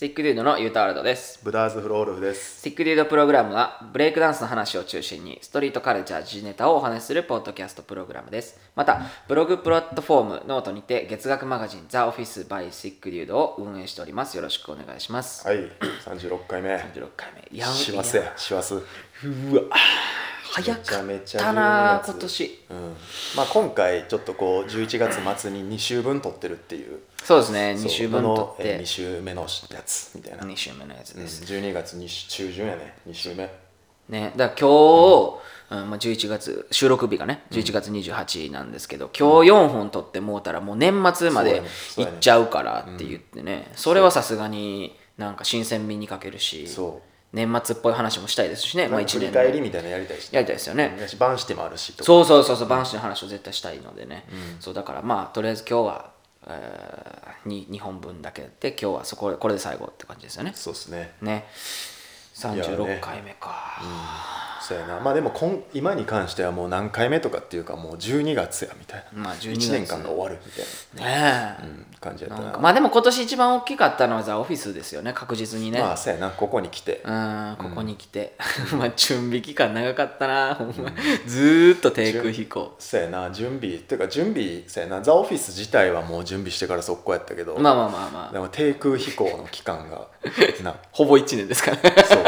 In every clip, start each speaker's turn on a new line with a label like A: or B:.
A: ルードのゆうたわるどです。
B: ブダーズフロールフです。
A: スティックリードプログラムは、ブレイクダンスの話を中心に、ストリートカルチャー、時事ネタをお話しするポッドキャストプログラムです。また、ブログプラットフォーム、ノートにて、月額マガジン、ザ・オフィス・バイ・スティックリードを運営しております。よろしくお願いします。
B: はい、三十六回目。
A: 36回目。いや
B: 師走や、師走。うわ、
A: 早か
B: め
A: っ
B: ちゃめちゃ
A: たな
B: 12月
A: 今年。
B: うん。まあ今回ちょっとこう十一月末に二週分撮ってるっていう。
A: そうですね、
B: そう
A: 2週分撮っ
B: あのえー
A: て
B: 二、週目のやつみたいな。
A: 2週目のやつです。
B: 十二月二週中旬やね、二週目。
A: ね、だから今日、うんまあ、11月収録日がね11月28日なんですけど、今日4本撮ってもうたらもう年末ま
B: そう
A: で
B: やねそ
A: いうっ
B: やね
A: ちゃうからって言ってね、それはさすがになんか新鮮味にかけるし
B: そ
A: 年末っぽい話もしたいですしね、まあ、
B: なんか
A: 1
B: 振り
A: 年
B: 返り
A: の
B: みたいなのやりたいし。
A: やりたいですよね、
B: やし、バンしてもあるしとか。
A: そうそうそうそうバンシーの話を絶対したいのでね、そうだからまあとりあえず今日は、えー、に2本分だけで今日はそここれで最後って感じですよね
B: そうですね。
A: ね
B: いやね
A: 36回目か、
B: そうやな。まあでも今今に関してはもう何回目とかっていうかもう十二月やみたいな。
A: まあ12月
B: 一年間が終わるみたい
A: ねえ、
B: な、うん、感じやった
A: なん
B: な
A: か。まあでも今年一番大きかったのはザ・オフィスですよね確実にね、
B: まあそうやなここに来て、
A: うんここに来て、 まあ準備期間長かったなほんま、ずーっと低空飛行
B: そうやな準備っていうか準備そうやなザ・オフィス自体はもう準備してから速攻やったけど、
A: まあまあまあま
B: でも低空飛行の期間がな
A: あほぼ1年ですから
B: そう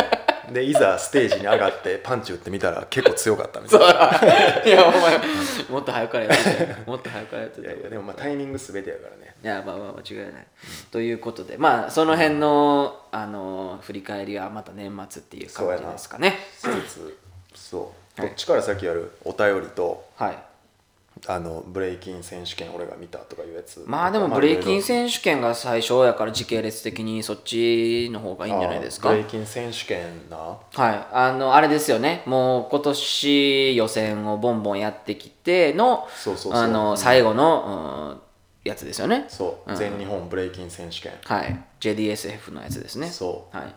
B: でいざステージに上がってパンチ打ってみたら結構強かったみた
A: そ
B: いうな
A: だいやお 前もっと早くからやっててもっと早くからやって
B: い
A: て
B: やいやでもまあタイミング全てやからね
A: いやまあまあ間違いない、ということでまあその辺の、あの振り返りはまた年末っていう感じですかね
B: しつつそうどっちから先やるお便りと
A: はい
B: あのブレイキン選手権俺が見たとかいうやつ
A: まあでもブレイキン選手権が最初やから時系列的にそっちの方がいいんじゃないですか
B: あー
A: は
B: ブレ
A: い
B: イキン選手権な
A: あのあれですよねもう今年予選をボンボンやってきての
B: そうそうそう
A: あの最後の、うんやつですよね
B: そう、全日本ブレイキン選手権
A: はい JDSF のやつですね
B: そう
A: はい、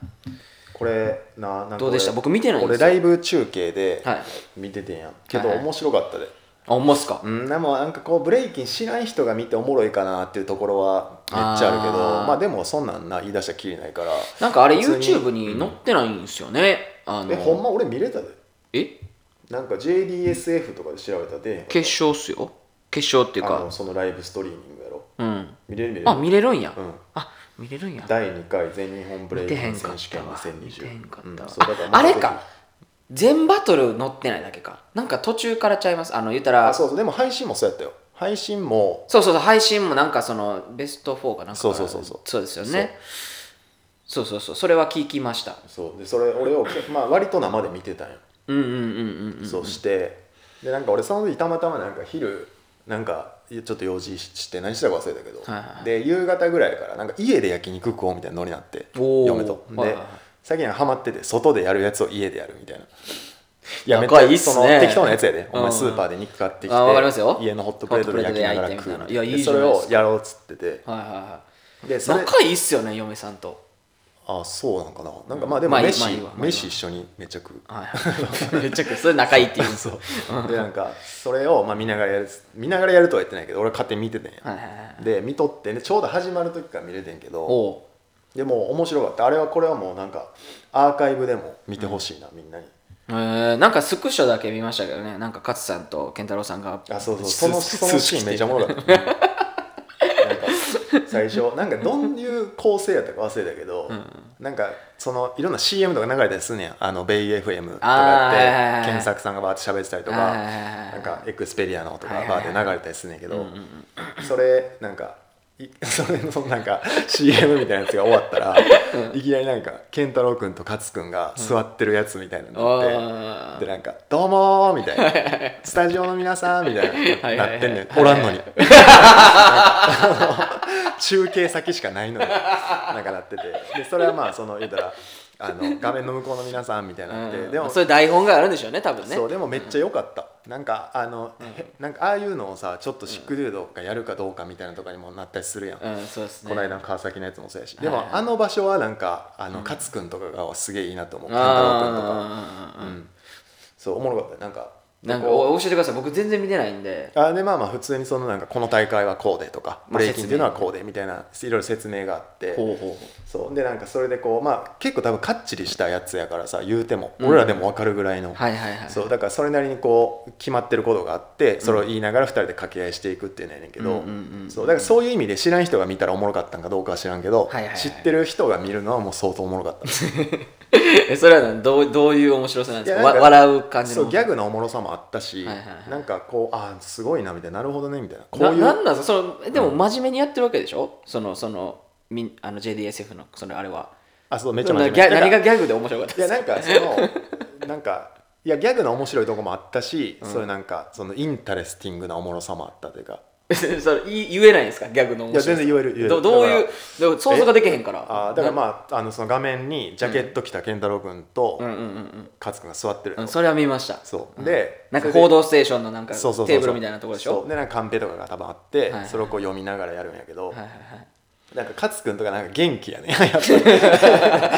B: これななんか
A: どうでした
B: 俺
A: 僕見てないんですよ
B: 俺ライブ中継で
A: はい
B: 見ててんやん、けど
A: はいはい
B: 面白かったで、
A: あ思っすか、
B: うんでもなんかこうブレイキンしない人が見ておもろいかなっていうところはめっちゃあるけど
A: あー
B: まあでもそんなんな言い出したらきりないから
A: なんかあれ
B: 普通に
A: YouTube に載ってないんですよね、あ
B: えほん
A: の
B: ま俺見れたで
A: え
B: なんか JDSF とかで調べたで
A: 決勝っすよ決勝っていう
B: あの
A: か
B: そのライブストリーミングやろ
A: うん
B: 見れる見れる
A: あ見れるんや、
B: うん
A: あ見れるんや
B: 第2回全日本ブレイ
A: 見
B: キ
A: て
B: ン
A: へん
B: 選
A: かっ
B: 手
A: た
B: 権
A: わ見て
B: 2020
A: へんかったわ
B: うんそうだらま
A: ああ
B: た
A: れか全バトル乗ってないだけかなんか途中からちゃいますあの言ったら
B: あ
A: そう
B: そうそうでも配信もそうやったよ配信も
A: そうそう配信もなんかそのベスト4かなんかから
B: そうそうそうそう
A: そうですよねそうそうそうそれは聞きました
B: そうでそれ俺を、まあ、割と生で見てたんよ
A: うんうんうんうんうん
B: そうしてでなんか俺その時たまたまなんか昼なんかちょっと用事して何したか忘れたけど、
A: はいはい
B: で夕方ぐらいからなんか家で焼肉食おうみたいなノリになって
A: おー
B: 嫁とで、
A: はいはいはい
B: 最近ハマってて外でやるやつを家でやるみたいな。い
A: なんかいいっすね
B: その適当なやつやで、お
A: うん
B: 前スーパーで肉買ってきて、
A: あわかりますよ
B: 家のホットプレートで焼きながら食
A: ホッ
B: う
A: トプレートで焼いてみたいないやい
B: で
A: いじゃないですか
B: それをやろうっつってて、
A: はいはいは
B: で
A: い
B: それ
A: 仲いいっすよね嫁さんと
B: あそうなんかな、なんかまあで
A: ま
B: も
A: あいい
B: 飯、
A: まあいいわまあいいわ
B: 飯一緒にめっちゃ食う。
A: はい はいめっちゃくそれ仲いいって言うんです
B: そ
A: よ
B: うでなんかそれをまあ見ながらやる見ながらやるとは言ってないけど俺は勝手に見ててんや、
A: はいはいはい
B: で見とってねちょうど始まる時から見れてんけど
A: おう
B: でも面白かったあれはこれはもうなんかアーカイブでも見てほしいな、みんなに
A: えー、なんかスクショだけ見ましたけどねなんか勝さんと健太郎さんが
B: あそうそうその
A: ス
B: そのシーンめっちゃおもろかったなんか最初なんかどういう構成やったか忘れたけど、なんかそのいろんな CM とか流れたりすんねんあのベイ FM とかやっ
A: あー
B: て、
A: はいはいはい
B: 検索さんがバーって喋ってたりとか、
A: はいはいはいはい
B: なんかエクスペリアのとか
A: はいはいは
B: バ
A: い
B: ーで流れたりすんねんけど、それなんかい それのなんか CM みたいなやつが終わったら、いきなりなんか健太郎君と勝君が座ってるやつみたいなのって、
A: あー
B: でなんか「どうも」みたいな 「スタジオの皆さん」み
A: は
B: た
A: いい
B: な
A: はいはい
B: なってんねんおらんのになんかあの中継先しかないのになんかなっててでそれはまあその言うたらあの画面の向こうの皆さんみたいになって、
A: うん
B: でも
A: それ台本があるんでしょうね多分ね
B: そうでもめっちゃ良かった、なんかあの、へなんかああいうのをさちょっとシックデュードがやるかどうかみたいなとかにもなったりするやん、
A: うん、そうですね。
B: この間の川崎のやつもそうやし、で
A: はいはい
B: もあの場所はなんかあの勝君とかがすげえいいなと思う健太郎君とか
A: あーうんうんうんうん
B: そうおもろかったなんか
A: なんか
B: こ
A: お教えてください僕全然見てないんで
B: あでまあまあ普通にそのなんかこの大会はこうでとか
A: まあ
B: ブレイキンっていうのはこうでみたいないろいろ説明があって
A: ほうほ
B: そうでなんかそれでこうまあ結構多分かっちりしたやつやからさ言うても
A: うん
B: 俺らでも分かるぐらいの、
A: うはいはいはい
B: そうだからそれなりにこう決まってることがあってそれを言いながら2人で掛け合いしていくっていうのやねんけど、
A: うんうんうん
B: そうだからそういう意味で知らん人が見たらおもろかったんかどうかは知らんけど、
A: はいはいはい
B: 知ってる人が見るのはもう相当おもろかった
A: えそれはどうどういう面白さなんですか
B: いやなん
A: わ
B: か
A: 笑う感じの
B: そうギャグのおもろさもあったし、
A: はいはいはい
B: なんかこうああすごいなみたいななるほどねみたいなこう
A: ないな
B: うん
A: なんですかそのでも真面目にやってるわけでしょそのそのみんあの JDSF のそのあれは
B: あそうめっちゃ
A: そ
B: 真
A: の
B: 面
A: ギ
B: 目
A: ャ
B: だか
A: 何
B: ら
A: がギャグで面白かった
B: い
A: で
B: や
A: すか
B: なんかその なんかいやギャグの面白いとこもあったし、そういうなんかそのインタレスティングなおもろさもあったというか
A: それ言い言えないんですかギャグの面白さ
B: いや全然言える言える
A: どどういう
B: だか
A: でも想像ができへんから
B: あーだからまああのその画面にジャケット着た健太郎君と
A: うんうんうんうん
B: 勝君が座ってる
A: う
B: の
A: んそれは見ました
B: そう、
A: ん
B: で
A: なんか「
B: それで
A: 報道ステーション」のなんかテ
B: そうそうそうそう
A: ーブルみたいなところでし
B: そ
A: ょ
B: うでなんかカンペとかが多分あって、
A: はい
B: それをこう読みながらやるんやけど、
A: はいはいはい
B: なんか勝君とかなんか 元気やねやっぱりなんか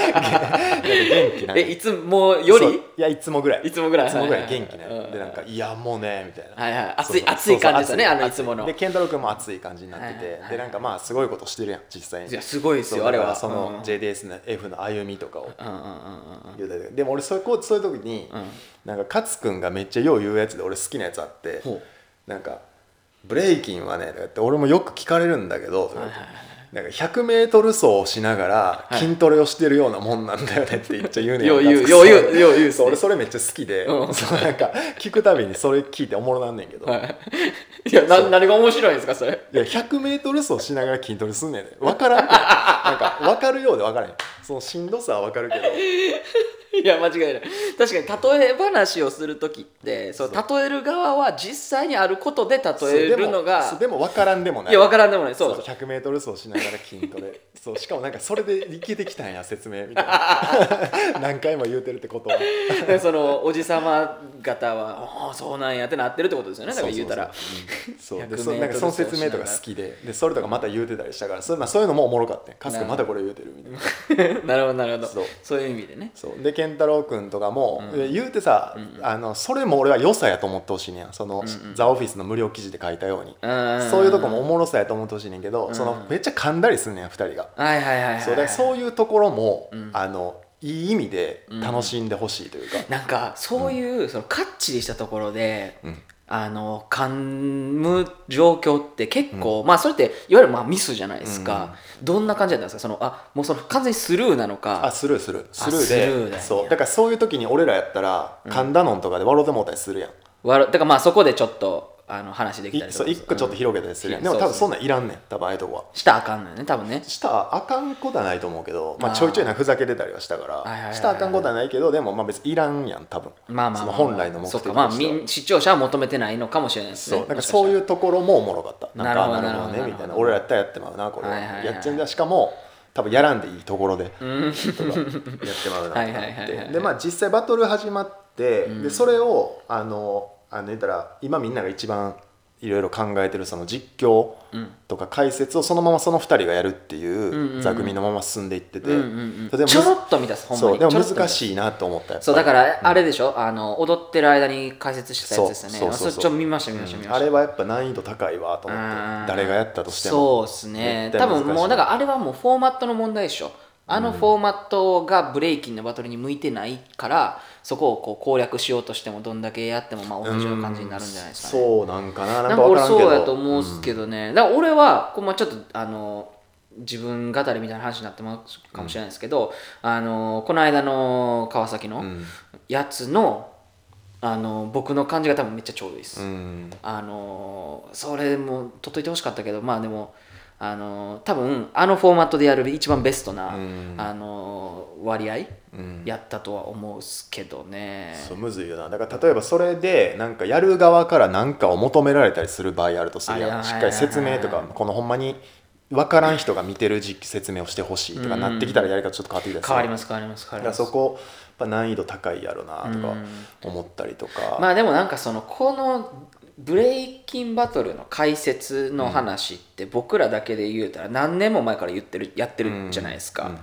B: 元気な
A: えいつもよ
B: そう
A: り
B: いやいつもぐらい
A: いつもぐらい
B: いつもぐらい元気
A: は
B: ね、
A: いはいはい
B: でなんか「いやもうね」みたいな、
A: はいはい熱い
B: そうそう
A: 熱い感じですよね
B: そうそ
A: あ
B: う
A: のいつもの
B: 熱で健太郎君も熱い感じになってて、
A: はいはいはい
B: でなんかまあすごいことしてるやん実際に
A: いやすごいです
B: そう
A: よ
B: だ
A: あ
B: か
A: れ
B: ら
A: は
B: その
A: うん
B: JDS の F の歩みとかを
A: うんうんうんうん
B: 言うててでも俺そこそういう時に、
A: うん
B: なんか勝君がめっちゃよう言うやつで俺好きなやつあって
A: ほう
B: なんか「ブレイキンはね」とかって俺もよく聞かれるんだけど、なんか 100m 走をしながら
A: はい
B: 筋トレをしてるようなもんなんだよねってめっちゃ言うねん
A: よう言う
B: 勝君
A: よう言うよう言うっすね
B: そう俺それめっちゃ好きで、
A: うん
B: そうなんか聞くたびにそれ聞いておもろなんねんけど、
A: はいい やな何が面白いんですかそれ
B: いや 100m 走しながら筋トレすんねんで分からんってなんか分かるようで分からへんそのしんどさは分かる けど
A: いや間違いない確かに例え話をする時ってそう
B: そ
A: 例える側は実際にあることで例えるの
B: そう
A: が
B: でもそうでも分からんでもない
A: いや分からんでもないそ
B: そうう
A: そう
B: 100m 走しながら筋ト レそうしかもなんかそれでいけてきたんや説明みたいな 何回も言うてるってことは
A: で そのおじさま方は「ああそうなんや」ってなってるってことですよねだから言うたら
B: そうそうそううん
A: 100m
B: そうでそなんかその説明とか好きででそれとかまた言うてたりしたからそれ、まあ、そういうのもおもろかったねカス君またこれ言うてるみたいな
A: なるほどなるほど
B: そう
A: そういう意味でね
B: そうで健太郎君とかも、
A: うん
B: で言うてさ、あのそれも俺は良さやと思ってほしいねやその、
A: んうん
B: ザ・オフィスの無料記事で書いたように、
A: そ
B: そういうとこもおもろさやと思ってほしいねんけど、
A: うん
B: そのめっちゃ噛んだりすんねや2人が。
A: はいはいはいはい
B: そうだからそう
A: う
B: いうところも、
A: うん
B: あのいい意味で楽しんでほしいというか、
A: なんかそういう、そのかっちりしたところで
B: うん
A: あの噛む状況って結構、まあそれっていわゆるまあミスじゃないですか、どんな感じだったんですかそのあもうその完全にスルーなの
B: あ
A: か
B: スルーするスルーで
A: スルーだよ
B: そうだからそういう時に俺らやったら噛んだのんとかで笑うてもうたりするやん、
A: わらだからまあそこでちょっとあの話でき
B: い
A: たりと
B: そう
A: か
B: 一個ちょっと広げたりするや
A: う
B: ん、
A: ん
B: でも多分
A: そ
B: そ
A: うん
B: なんいらんねん多分ああいうとこは。
A: したらあかんのよね多分ね
B: したらあかんことはないと思うけど、ま
A: あ
B: あ、
A: ー
B: ちょいちょいなふざけてたりはしたか
A: いはいはいはい
B: らしたらあかんことはないけどでもまあ別にいらんやん多分
A: まあまあ
B: そ
A: ま
B: の
A: あ
B: 本来の目的
A: そ
B: と
A: う
B: して
A: か
B: は
A: まあみん視聴者は求めてないのかもしれないですね
B: そうなんかそういううところもおもろかったなんか
A: な
B: な
A: る
B: る
A: ほど
B: ほどね
A: なるほど
B: みたいな俺らやったらやってまうなこれ、
A: はいはいはいはい
B: やっちゃうんだしかも多分やらんでいいところで
A: うん
B: とかやってもらうなと思
A: はいはいは
B: っ
A: いはい
B: てでまあ実際バトル始まって、
A: うん
B: でそれをあのあの言ったら今みんなが一番いろいろ考えてるその実況
A: うん
B: とか解説をそのままその2人がやるって
A: んうんう
B: い
A: ん
B: う座組のまま進んでいってて、
A: うんうん
B: そ
A: うん
B: れでも
A: ちょろっと見たっすほんま
B: そう
A: に
B: でも
A: ちょろっと見た
B: 難しいなと思ったやっぱり
A: そうだからあれでしょ、あの踊ってる間に解説してたやつですよね
B: そうそうそうそう
A: あれちょっと見ました見ました見ました、
B: あれはやっぱ難易度高いわと思って
A: うん
B: 誰がやったとしても
A: そうですね
B: 絶
A: 多
B: 対難しい
A: 分もうだからあれはもうフォーマットの問題でしょあのフォーマットがブレイキンのバトルに向いてないから、そこをこう攻略しようとしてもどんだけやってもまあ同じような感じになるんじゃないですかね、
B: そうなんかな
A: な
B: なん
A: か
B: んか分
A: 俺
B: からんけど
A: そうやと思うんすけどね、だから俺はこう、まあ、ちょっとあの自分語りみたいな話になってますかもしれないですけど、あのこの間の川崎の
B: ん
A: やつの,、あの僕の感じが多分めっちゃちょうどいいです、
B: うん
A: あのそれも取っといてほしかったけどまあでもあの多分あのフォーマットでやる一番ベストな、
B: うん
A: あの割合
B: うん
A: やったとは思うっすけどね、
B: そうむずいよなだから例えばそれでなんかやる側から何かを求められたりする場合あるとする
A: あい
B: や
A: や
B: んしっかり説明と
A: は
B: か
A: いはい
B: このほんまに分からん人が見てる時期説明をしてほしいとかなってきたらやり方ちょっと変わってきたり
A: 変わりますす変わります変
B: だ
A: わり
B: から
A: ます
B: そこやっぱ難易度高いやろなとか
A: うん
B: 思ったりとか、
A: まあでもなんかそのこのブレイキンバトルの解説の話って僕らだけで言うたら何年も前から言ってるやってるじゃないですか、
B: うん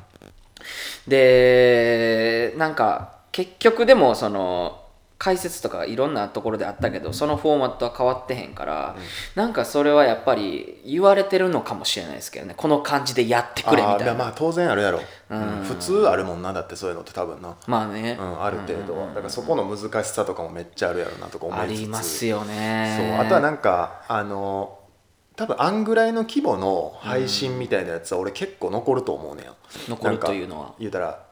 A: でなんか結局でもその解説とかいろんなところであったけどそのフォーマットは変わってへんから、なんかそれはやっぱり言われてるのかもしれないですけどねこの感じでやってくれみ
B: あ
A: たい
B: ー
A: な
B: まあ当然あるやろ、
A: うん
B: 普通あるもんなだってそういうのって多分な、
A: まあね、
B: うん、ある程度はだからそこの難しさとかもめっちゃあるやろなとか思
A: あ
B: いつつ
A: りますよね
B: そうあとはなん
A: か
B: んかあの多分あんぐらいの規模の配信みたいなやつは俺結構残ると思うねん
A: 残るというのは
B: なんか言うたら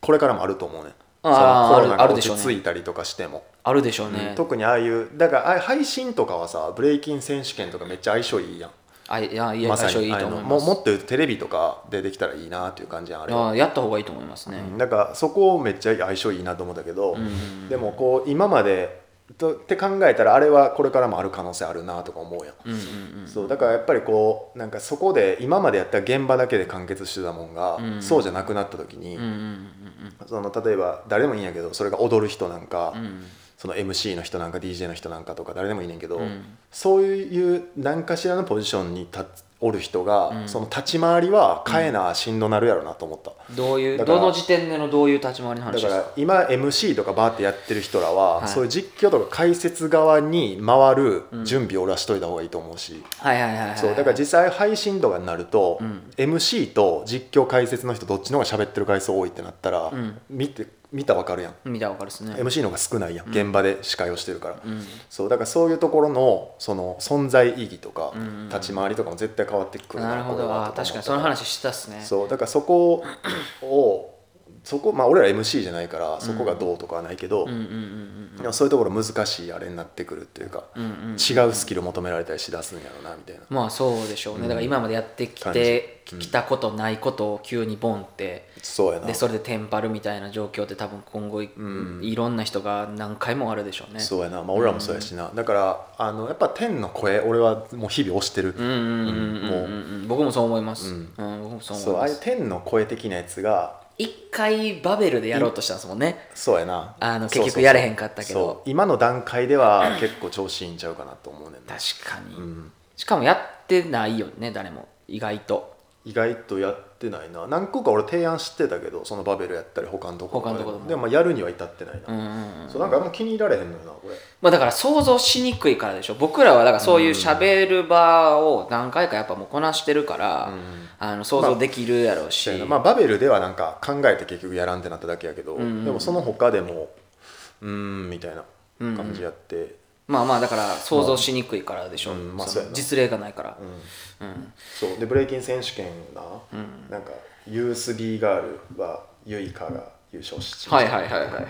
B: これからもあると思うねん
A: あー
B: そのコロナ
A: ある
B: が
A: ある
B: 落
A: でしょう
B: ち
A: ね
B: 着いたりとかしても、
A: あるでしょうね、
B: 特にああいうだからああいう配信とかはさブレイキン選手権とかめっちゃ相性いいやん
A: あいやいや相性いいと
B: あ
A: 思い
B: の
A: ま
B: も
A: す
B: もっと言うとテレビとかでできたらいいなっていう感じやんあれは
A: あやった方がいいと思いますね、
B: うんだからそこめっちゃ相性いいなと思ったけど、
A: ん
B: でもこう今までとって考えたらあれはこれからもある可能性あるなとか思うやん、
A: うんうん
B: そうだからやっぱりこうなんかそこで今までやった現場だけで完結してたもんが、
A: うん
B: そうじゃなくなった時に、
A: うんうんうん
B: その例えば誰でもいいんやけどそれが踊る人なんか、
A: うんうん
B: その MC の人なんか DJ の人なんかとか誰でもいいねんけど、
A: うん
B: そういう何かしらのポジションに立つおる人が、
A: うん
B: その立ち回りは変えなしんどなるやろなと思った。
A: どういう
B: だから
A: どの時点でのどういう立ち回りの話
B: だか
A: ですから
B: 今 MC とかバーってやってる人らは、
A: はい
B: そういう実況とか解説側に回る準備を俺はしといた方がいいと思うし、
A: はいはいはいはい
B: そうだから実際配信とかになると、
A: うん
B: MC と実況解説の人どっちの方が喋ってる回数多いってなったら、
A: うん
B: 見て見たら分かるやん、
A: 見たらわかるですね
B: MC の方が少ないやん現場で司会をしてるから、
A: うん
B: そうだからそういうところのその存在意義とか、
A: うんうん
B: 立ち回りとかも絶対変わってくる
A: なるほ
B: これ
A: ど
B: は
A: あ
B: と
A: 確
B: 思った
A: かにその話してたっすね
B: そうだからそこをそこまあ俺ら MC じゃないからそこがどうとかはないけど、
A: うんうんうん
B: でもそういうところ難しいあれになってくるっていうか、
A: うんうんうん
B: 違うスキル求められたりしだすんやろうなみたいな、
A: まあそうでしょうね、だから今までやってき
B: 感
A: て
B: じ
A: きたことないことを急にボンって
B: そうやな
A: でそれでテンパるみたいな状況って多分今後い,、いろんな人が何回もあるでしょうね
B: そうやな、まあ、俺らもそうやしな、だからあのやっぱ天の声俺はもう日々推してる、
A: うんうんうんうんうんうん僕もそう思います、うん僕もそう
B: そう
A: 思いま
B: ああいう
A: す
B: 天の声的なやつが
A: 一回バベルでやろうとしたんですもんね
B: そうやな
A: あの
B: そうそうそう
A: 結局やれへんかったけど
B: そう今の段階では結構調子いいんちゃうかなと思うねんな
A: 確かに、
B: うん
A: しかもやってないよね誰も意外と
B: 意外とやってないな何個か俺提案してたけどそのバベルやったり他のところ
A: 他のとこでも
B: でもまあやるには至ってないな、
A: うんうんうん
B: そうなんかあんま気に入られへんのよなこれ
A: まあだから想像しにくいからでしょ僕らはだからそういう喋る場を何回かやっぱもうこなしてるから、
B: ん
A: あの想像できるやろうし、
B: まあ、バベルではなんか考えて結局やらんってなっただけやけど、
A: ん
B: でもその他でもうーんみたいな感じやって、
A: まあまあだから想像しにくいからでしょ、
B: うんまあ
A: その
B: そうやな
A: 実例がないから、うん
B: そうでブレイキン選手権な、なんかユース B ガールはユイカが優勝しま
A: は
B: し
A: い
B: た、
A: はいはいはいはい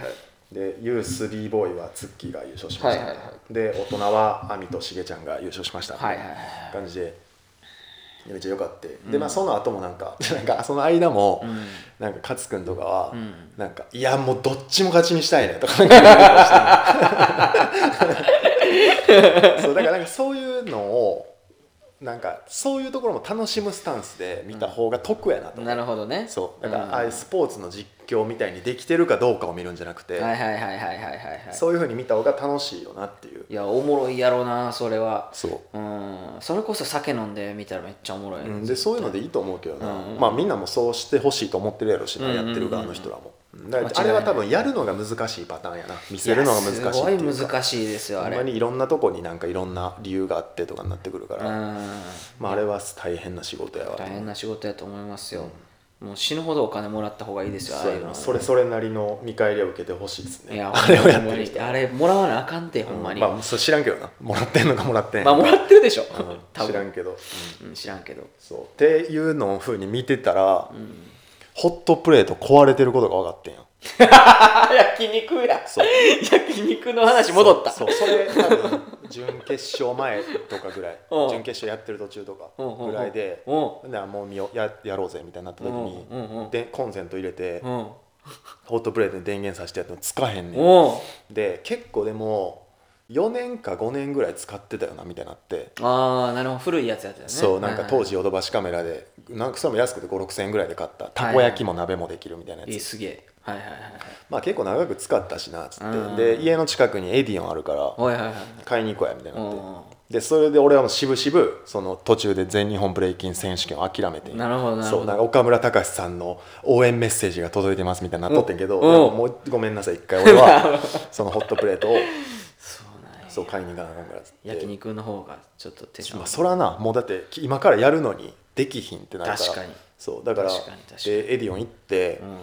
B: でユース B ボーイはツッキーが優勝しました、
A: はいはいは
B: で大人はアミとしげちゃんが優勝しました、
A: はいはいはい
B: 感じでめっちゃ良かった、でまあその後もなんか なんかその間も、なんか勝君とかは、なんかいやもうどっちも勝ちにしたいね とかなんか言うてましたそうだからなんかそういうのをなんかそういうところも楽しむスタンスで見た方が得やなと、
A: なるほどね
B: そうだから、
A: ん
B: ああいうスポーツの実況みたいにできてるかどうかを見るんじゃなくて、
A: はいはいはいはいはいはいはい
B: そういうふうに見た方が楽しいよなっていう
A: いやおもろいやろうなそれは
B: そ
A: う
B: う
A: んそれこそ酒飲んで見たらめっちゃおもろい、
B: うん、でそういうのでいいと思うけどな、
A: うんうん
B: まあみんなもそうしてほしいと思ってるやろし
A: う
B: な、
A: んうんうんうん
B: やってる側の人らもだから
A: 間
B: あ
A: 違い
B: れ
A: ない
B: は多分やるのが難しいパターンやな見
A: い
B: せ
A: や
B: るのが難しいっていうか
A: すごい難しいですよあ
B: ほん
A: れ
B: まにいろんなとこになんかいろんな理由があってとかになってくるか
A: う
B: ら、
A: ん
B: まああれは大変な仕事やわ
A: 大変な仕事やと思いますよ、もう死ぬほどお金もらった方がいいですよああ
B: そう
A: い
B: や
A: う
B: な
A: の
B: それそれなりの見返りを受けてほしいです
A: い
B: ね
A: や
B: あれをやって
A: ほんま
B: る
A: に
B: 人
A: あれもらわなあかんってほんまに、ま
B: まあそれ知らんけどなもらってんのかもらってん
A: あ、
B: のか
A: もらってるでしょ、
B: うん
A: 多分
B: 知らんけど、うん
A: うん知らんけ ど
B: そうっていうのをふうに見てたら、ホットプレート壊れてることが分かってんよ
A: あ焼肉や
B: そう
A: 焼肉の話戻った
B: そうそうそれ多分準決勝前とかぐらい
A: うん
B: 準決勝やってる途中とか
A: うんうんうん
B: ぐらいで
A: うん
B: ほんならもう見よややろうぜみたいになった時に
A: うんうんうん
B: でコンセント入れて
A: うん
B: ホットプレートに電源さしてやってもつかへんねん
A: おう
B: で結構でも4年か5年ぐらい使ってたよなみたいになって
A: ああなるほど古いやつやったよね
B: そうなんか
A: はいはい
B: 当時ヨドバシカメラでなんかそれも安くて56000円ぐらいで買ったたこ焼きも鍋もできるみたいなや
A: いい
B: つ
A: すげえはいはいはい
B: まあ結構長く使ったしなっつ
A: うん
B: ってで家の近くにエディオンあるから
A: はいはいはいはい
B: 買いに行こうやみたいになって
A: うん
B: でそれで俺はもう渋々その途中で全日本ブレイキン選手権を諦めて
A: なるほどなるほど
B: そうなん か岡村隆史さんの応援メッセージが届いてますみたいになっとってんけど、
A: うんうん
B: でももうごめんなさい一回俺 はそのホットプレートを
A: そうなんや
B: そう買いに行かなあかんからっつって
A: 焼肉の方がちょっと手間
B: まあ、そらなもうだって今からやるのにできひんってなるから
A: 確かに
B: そうだから
A: 確かに確かに
B: でエディオン行って
A: う、ん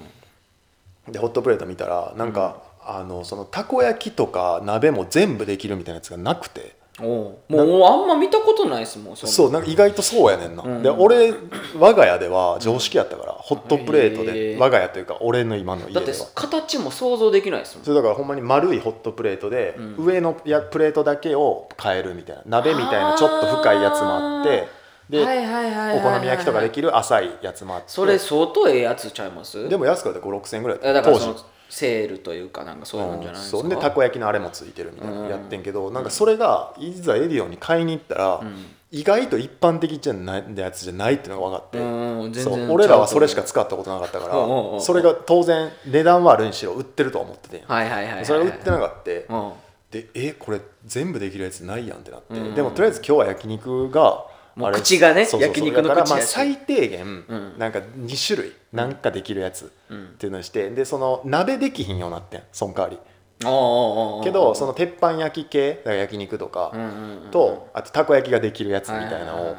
B: でホットプレート見たらなんか、あのそのたこ焼きとか鍋も全部できるみたいなやつがなくて
A: おうもうあんま見たことないですもんそんな
B: そうなんか意外とそうやねんな、
A: うん
B: で俺我が家では常識やったから、ホットプレート
A: へ
B: で
A: ー
B: 我が家というか俺の今の
A: だ
B: 家
A: っ
B: で
A: て
B: は
A: 形も想像できないですもん
B: それだからほんまに丸いホットプレートで、
A: うん
B: 上のやプレートだけを変えるみたいな鍋みたいなちょっと深いやつもあってで、
A: はいはいはいはいはいはい
B: お好み焼きとかできる浅いやつもあって
A: それ相当ええやつちゃいます
B: でも安くて5 6千円ぐらい
A: えだ
B: だ
A: から
B: 当時
A: そのセールというかなんかそういうのじゃないですか、
B: うんそうでたこ焼きのあれもついてるみたいな
A: うん
B: やってんけど、なんかそれがいざエディオンに買いに行ったら、
A: ん
B: 意外と一般的じゃないやつじゃないっていうのが分かって、
A: うんうん全然
B: そ
A: ちゃ
B: う
A: うと思う
B: 俺らはそれしか使ったことなかったから、
A: うんうんうん
B: それが当然値段はあるにしろ売ってるとは思っててんや、
A: はいはいはいはい
B: それが売ってなかった、
A: うん
B: でえこれ全部できるやつないやんってなって、
A: うん
B: でもとりあえず今日は焼肉が
A: もう
B: あれ
A: 口がね
B: そうそう
A: 焼
B: そう
A: 肉の口
B: だからまあ
A: やし
B: 最低限、
A: うん
B: なんか2種類なんかできるやつ
A: うん
B: っていうのにしてでその鍋できひんようになってんその代わり
A: おうおうおうおう
B: けどその鉄板焼き系だから焼肉
A: う
B: と
A: ん
B: か
A: うんうん
B: とあとたこ焼きができるやつみたいな
A: は
B: の
A: は
B: を
A: は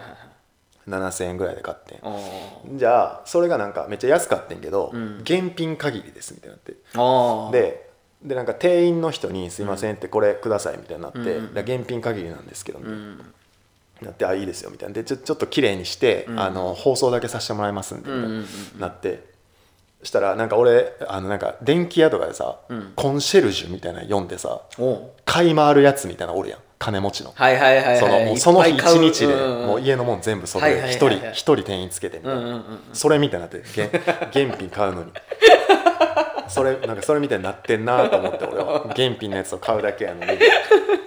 B: 7000円ぐらいで買ってん
A: はおう
B: じゃあそれがなんかめっちゃ安かったんけど
A: うん
B: 現品限りですみたいになって
A: おう
B: ででなんか店員の人に「すいません」って「これください」みたいになって
A: うんうん
B: 「だから現品限りなんですけど」みた
A: う
B: いなんなって「あいいですよ」みたいなでちょちょっと綺麗にして
A: うん
B: あの放送だけさせてもらいますんで
A: うん
B: み
A: うん
B: たいな
A: うん
B: なってしたらなんか俺あのなんか電気屋とかでさ
A: うん
B: コンシェルジュみたいなの読んでさ
A: おう
B: 買い回るやつみたいなのおるやん金持ちの。
A: はいはいはいはい
B: そのもうその日一日でもう
A: いっ
B: 家のもん全部そ
A: はい
B: れ
A: はいはい
B: 一人
A: はい
B: 一人店員つけてみ
A: ぱ
B: た
A: い買う
B: いう
A: んうん
B: な
A: うんうん
B: それみたいになってげん現品買うのにそれなんかそれみたいになってんなと思って俺は現品のやつを買うだけやのに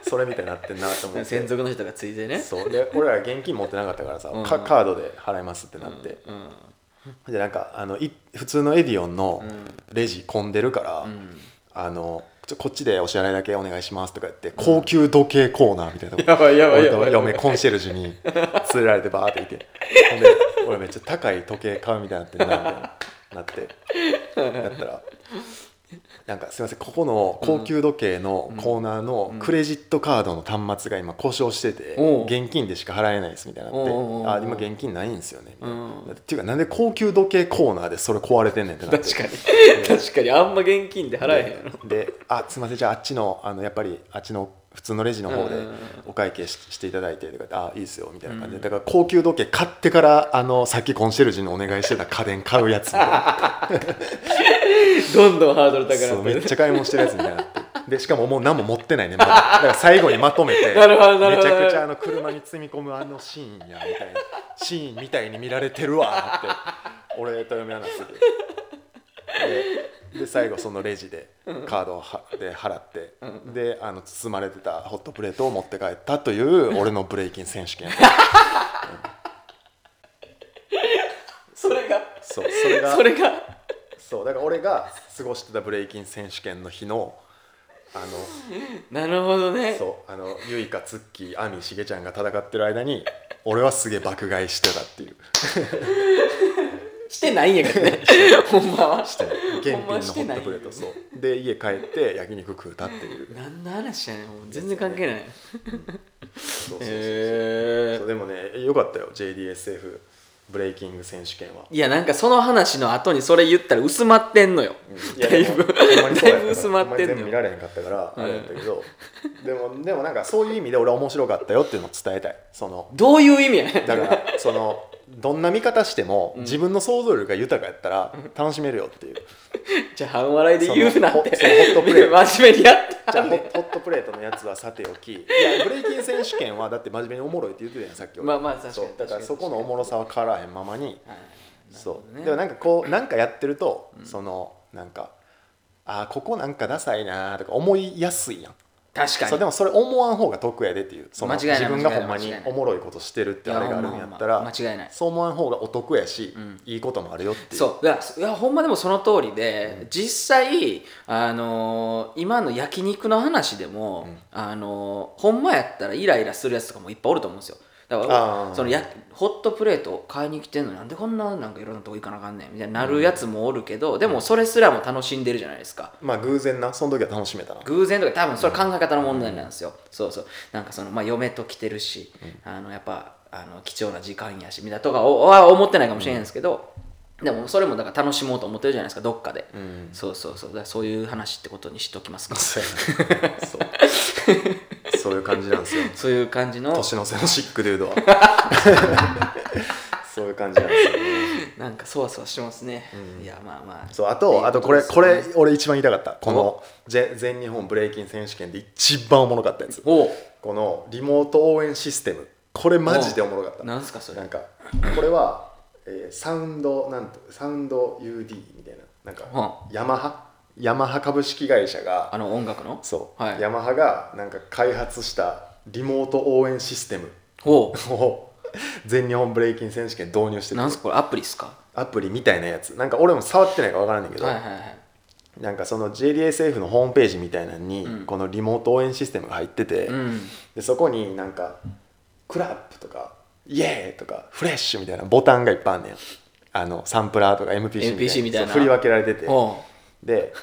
B: それみたいになってんなと
A: う
B: 思
A: ん
B: っ
A: 専
B: て
A: 属の人がついてね
B: そうで俺ら現金持ってなかったからさ
A: うん
B: かカードで払いますってなって
A: うん
B: でなんかあのい普通のエディオンのレジ混んでるから、
A: うん
B: あのちょこっちでお支払いだけお願いしますとか言って高級時計コーナーみたいなとこ
A: やばいやばい
B: 俺
A: やば
B: と
A: い
B: 嫁コンシェルジュに連れられてバーっていてほんで俺めっちゃ高い時計買うみたいになってんなみたいななってやったらなんかすいませんここの高級時計のコーナーのクレジットカードの端末が今故障してて
A: おう
B: 現金でしか払えないですみたいにな
A: おうおうおう
B: ってあ今現金ないんですよねみたいな
A: うん
B: っていうかなんで高級時計コーナーでそれ壊れてんねんってなって
A: 確かに確かにあんま現金で払えへんやろ
B: でであすいませんじゃああっちのあのやっぱりあっちの普通のレジの
A: う
B: 方で
A: んうんうん
B: お会計ししていただいてとか言ってあいいですよみたいな感じで、だから高級時計買ってからあのさっきコンシェルジュにお願いしてた家電買うやつみたいな
A: どんどんハードル高く
B: そう
A: な
B: め
A: っ
B: ってち
A: る
B: ゃ買い物してるやつみたいになってでしかももう何も持ってないねまだだから最後にまとめ て
A: なるほどなるほど
B: めちゃくちゃあの車に積み込むあのシーンやみたいなシーンみたいに見られてるわって俺と嫁はなすでで最後そのレジでカードをはで払って、であの包まれてたホットプレートを持って帰ったという俺のブレイキン選手権
A: それが
B: そうそれが
A: それが
B: そうだから俺が過ごしてたブレイキン選手権の日のあの
A: なるほどね
B: そうあのゆいかつっきーあみしげちゃんが戦ってる間に俺はすげえ爆買いしてたっていう
A: してないんやけどね ほんまは
B: して現
A: ほん
B: 品のホ
A: まして
B: ッ
A: ない
B: トプレートそうで家帰って焼肉食うたっていう
A: 何の話やねんもう全然関係ないへ
B: そうそうそうそう
A: え
B: そうでもねよかったよ JDSF ブレイキング選手権はい
A: やなんかその話の後にそれ言ったら薄まってんのよ、だいぶ
B: ほんまにそうや
A: だいぶ薄まってんの
B: ほんまに全部見
A: よ
B: られへんかったから
A: うん
B: あれやったけど、でもでもなんかそういう意味で俺は面白かったよっていうのを伝えたいその
A: どういう意味やねん
B: だからそのどんな見方しても自分の想像力が豊かやったら楽しめるよっていう、
A: じゃあ半笑いで言うなって
B: そのホそのホットプレー ト
A: 真面目にやった
B: じゃあホホットプレートのやつはさてお きいやブレイキン選手権はだって真面目におもろいって言ってたやんさっき俺
A: まあまあ確かに
B: そう
A: 確
B: だか
A: からに
B: そこのおもろさは変わらへんままにそう、
A: ね
B: でもなんかこうなんかやってると、そのなんかあーここなんかダサいなーとか思いやすいやん
A: 確か
B: そうで
A: に
B: もそれ思わん方が得やでっていうその
A: 間違いない
B: 自分がほん
A: 間
B: ま
A: 違い
B: に
A: ない
B: おもろいことしてるってあれがあるんやった
A: いやほんまほんま
B: ら
A: 間違いない
B: そう思わん方がお得やし、
A: ん
B: いいこともあるよっていう
A: そうだからいやほんまでもその通りで、実際、あのー今の焼肉の話でも、あのーほんまやったらイライラするやつとかもいっぱいおると思うんですよだか
B: あー
A: らそのやホットプレートを買いに来てんのになんでこんななんかいろんなとこ行かなあかんねんみたいになるやつもおるけど、でもそれすらも楽しんでるじゃないですか
B: まあ偶然なその時は楽しめたな
A: 偶然とか多分それ考え方の問題なんですよ、そうそうなんかその、まあ、嫁と来てるし、あのやっぱあの貴重な時間やしみたいなとかおは思ってないかもしれないんですけど、でもそれもだから楽しもうと思ってるじゃないですかどっかで、
B: うん
A: そうそうそうだからそういう話ってことにしときますか
B: そうそういう感じなんです よ
A: そういう感じの
B: 年の瀬のシックデュードは そういう感じなんですよ
A: なんかそわそわしますね、いやまあまあ
B: そうあ
A: ってい
B: とあとこれ
A: と
B: こ
A: ですよ
B: れ
A: ね
B: 俺一番言いたかったこのぜ全日本ブレイキン選手権で一番おもろかったやつ
A: お
B: このリモート応援システムこれマジでおもろかった
A: なんすかそれ
B: なんかこれは、えーサウンドなんとサウンド UD みたいななんか、
A: は
B: ヤマハヤマハ株式会社が
A: あの音楽の
B: そう、
A: はい
B: ヤマハがなんか開発したリモート応援システム
A: お
B: を 全日本ブレイキン選手権導入してて
A: なんすかこれアプリっすか
B: アプリみたいなやつなんか俺も触ってないから分からんねんけど、
A: はいはいはい
B: なんかその JDSF のホームページみたいなのに、
A: うん
B: このリモート応援システムが入ってて、
A: うん
B: でそこになんかクラップとかイエーイとかフレッシュみたいなボタンがいっぱいあんねんあのサンプラーとか MPC みたいな
A: MPC みたいな
B: そう振り分けられてて
A: おう
B: で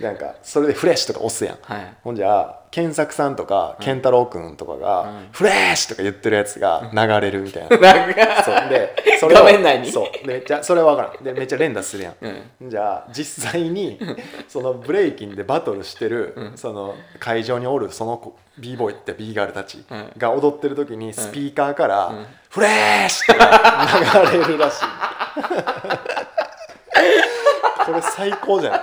B: なんかそれでフレッシュとか押すやん、
A: はい
B: ほんじゃ健作さんとか健太郎くんとかが、
A: うん
B: フレッシュとか言ってるやつが流れるみたいな、
A: なんか
B: そうでを
A: 画面内に
B: そうでめっちゃそれは分からんでめっちゃ連打するやん、
A: う
B: じゃあ実際にそのブレイキンでバトルしてる、その会場におるその子 b ボーイって b ガールたち
A: うん
B: が踊ってる時にスピーカーから「
A: うん
B: フレッシュ!」って流れる らしいこれ最高じゃない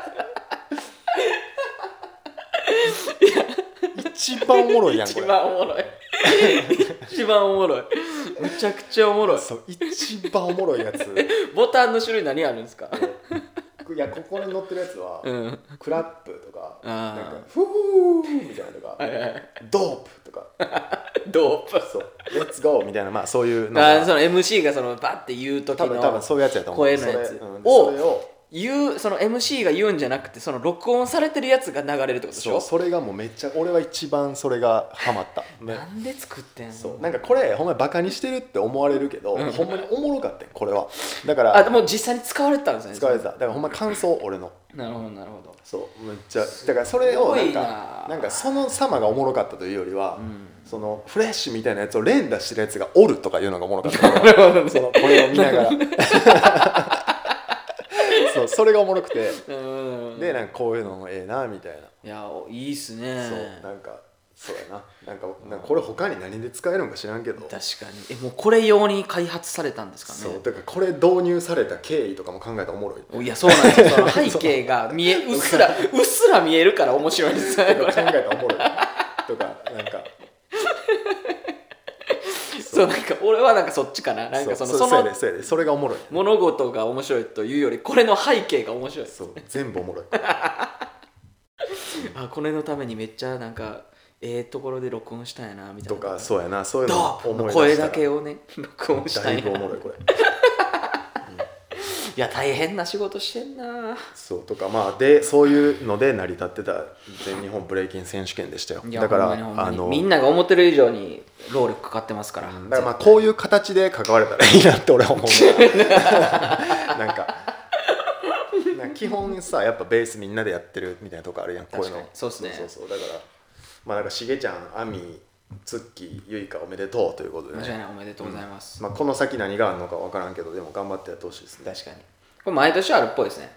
B: 一番おもろいやんこ
A: 一
B: れ
A: 番おもろい 一番おもろいむちゃくちゃおもろい
B: そう一番おもろいやつ
A: ボタンの種類何あるんですか
B: いやここに載ってるやつは、
A: うん
B: クラップとか
A: あー
B: なんかフーみたいなのとか
A: はいはい
B: ドープとか
A: ドープ
B: そう「レッツゴー」みたいなまあそういうの
A: あ
B: が
A: その MC がそのバッて言う時
B: 多分多分
A: の
B: そういうやつやと思う
A: 声のやつ
B: それ,、うん、
A: を
B: それを
A: 言うその MC が言うんじゃなくてその録音されてるやつが流れるってことでし
B: そう
A: ょ
B: それがもうめっちゃ俺は一番それがハマった、
A: な
B: ね、
A: んで作ってんの
B: そうなんかこれほんまにバカにしてるって思われるけど、
A: うん
B: ほんまにおもろかったよこれはだか
A: あで
B: ら
A: も実際に使われてたんですね
B: 使われてただからほんま感想俺の
A: なるほどなるほど
B: そうめっちゃだからそれをなん
A: すごいな
B: かなんかその様がおもろかったというよりは、
A: ん
B: そのフレッシュみたいなやつを連打してるやつがおるとかいうのがおもろかった
A: な るほどね
B: そのこれを見ながら そうそれがおもろくて
A: うん
B: でなんかこういうのもええなみたいな、
A: いやおいいっすね
B: そうなんかそうやななんかなんかこれ他に何で使えるんか知らんけど、
A: 確かにえもうこれ用に開発されたんですかね
B: そうだからこれ導入された経緯とかも考えたらおもろい
A: いやそうなんですよその背景が見えうっすらうっすら見えるから面白いんですよね
B: と
A: こ
B: か
A: れ
B: 考えたらおもろいとかなんか
A: そうなんか俺はなんかそっちかななんかその
B: う
A: そうの
B: やでそうやでそれがおもろい
A: 物事が面白いというよりこれの背景が面白い
B: そう全部おもろい
A: あこれのためにめっちゃなんかええところで録音したんやなみたい
B: と
A: な
B: かそうやなそういうの
A: ド
B: を
A: ープ
B: 思
A: の
B: い
A: 声
B: 出したら
A: だけをね 録音した
B: だ
A: ん
B: い
A: や
B: ぶお
A: い
B: もろいこれ
A: や大変な仕事してんな
B: そうとかまあでそういうので成り立ってた全日本ブレイキン選手権でしたよ
A: いや
B: だから
A: ほんまにほんま
B: あ
A: に
B: の
A: みんなが思ってる以上に労力かかってますから
B: だからまあこういう形で関われたらいいなって俺は思うな なんかなんか基本さやっぱベースみんなでやってるみたいなとこあるやんこういう
A: 確か
B: の
A: にそうっすね
B: そうそうだからまあなんかしげちゃんあみつっきゆいかおめでとうということで
A: 間違い
B: ね、
A: ないおめでとうございます、
B: まあ、この先何があるのか分からんけどでも頑張ってやってほしいですね
A: 確かにこれ毎年あるっぽいですね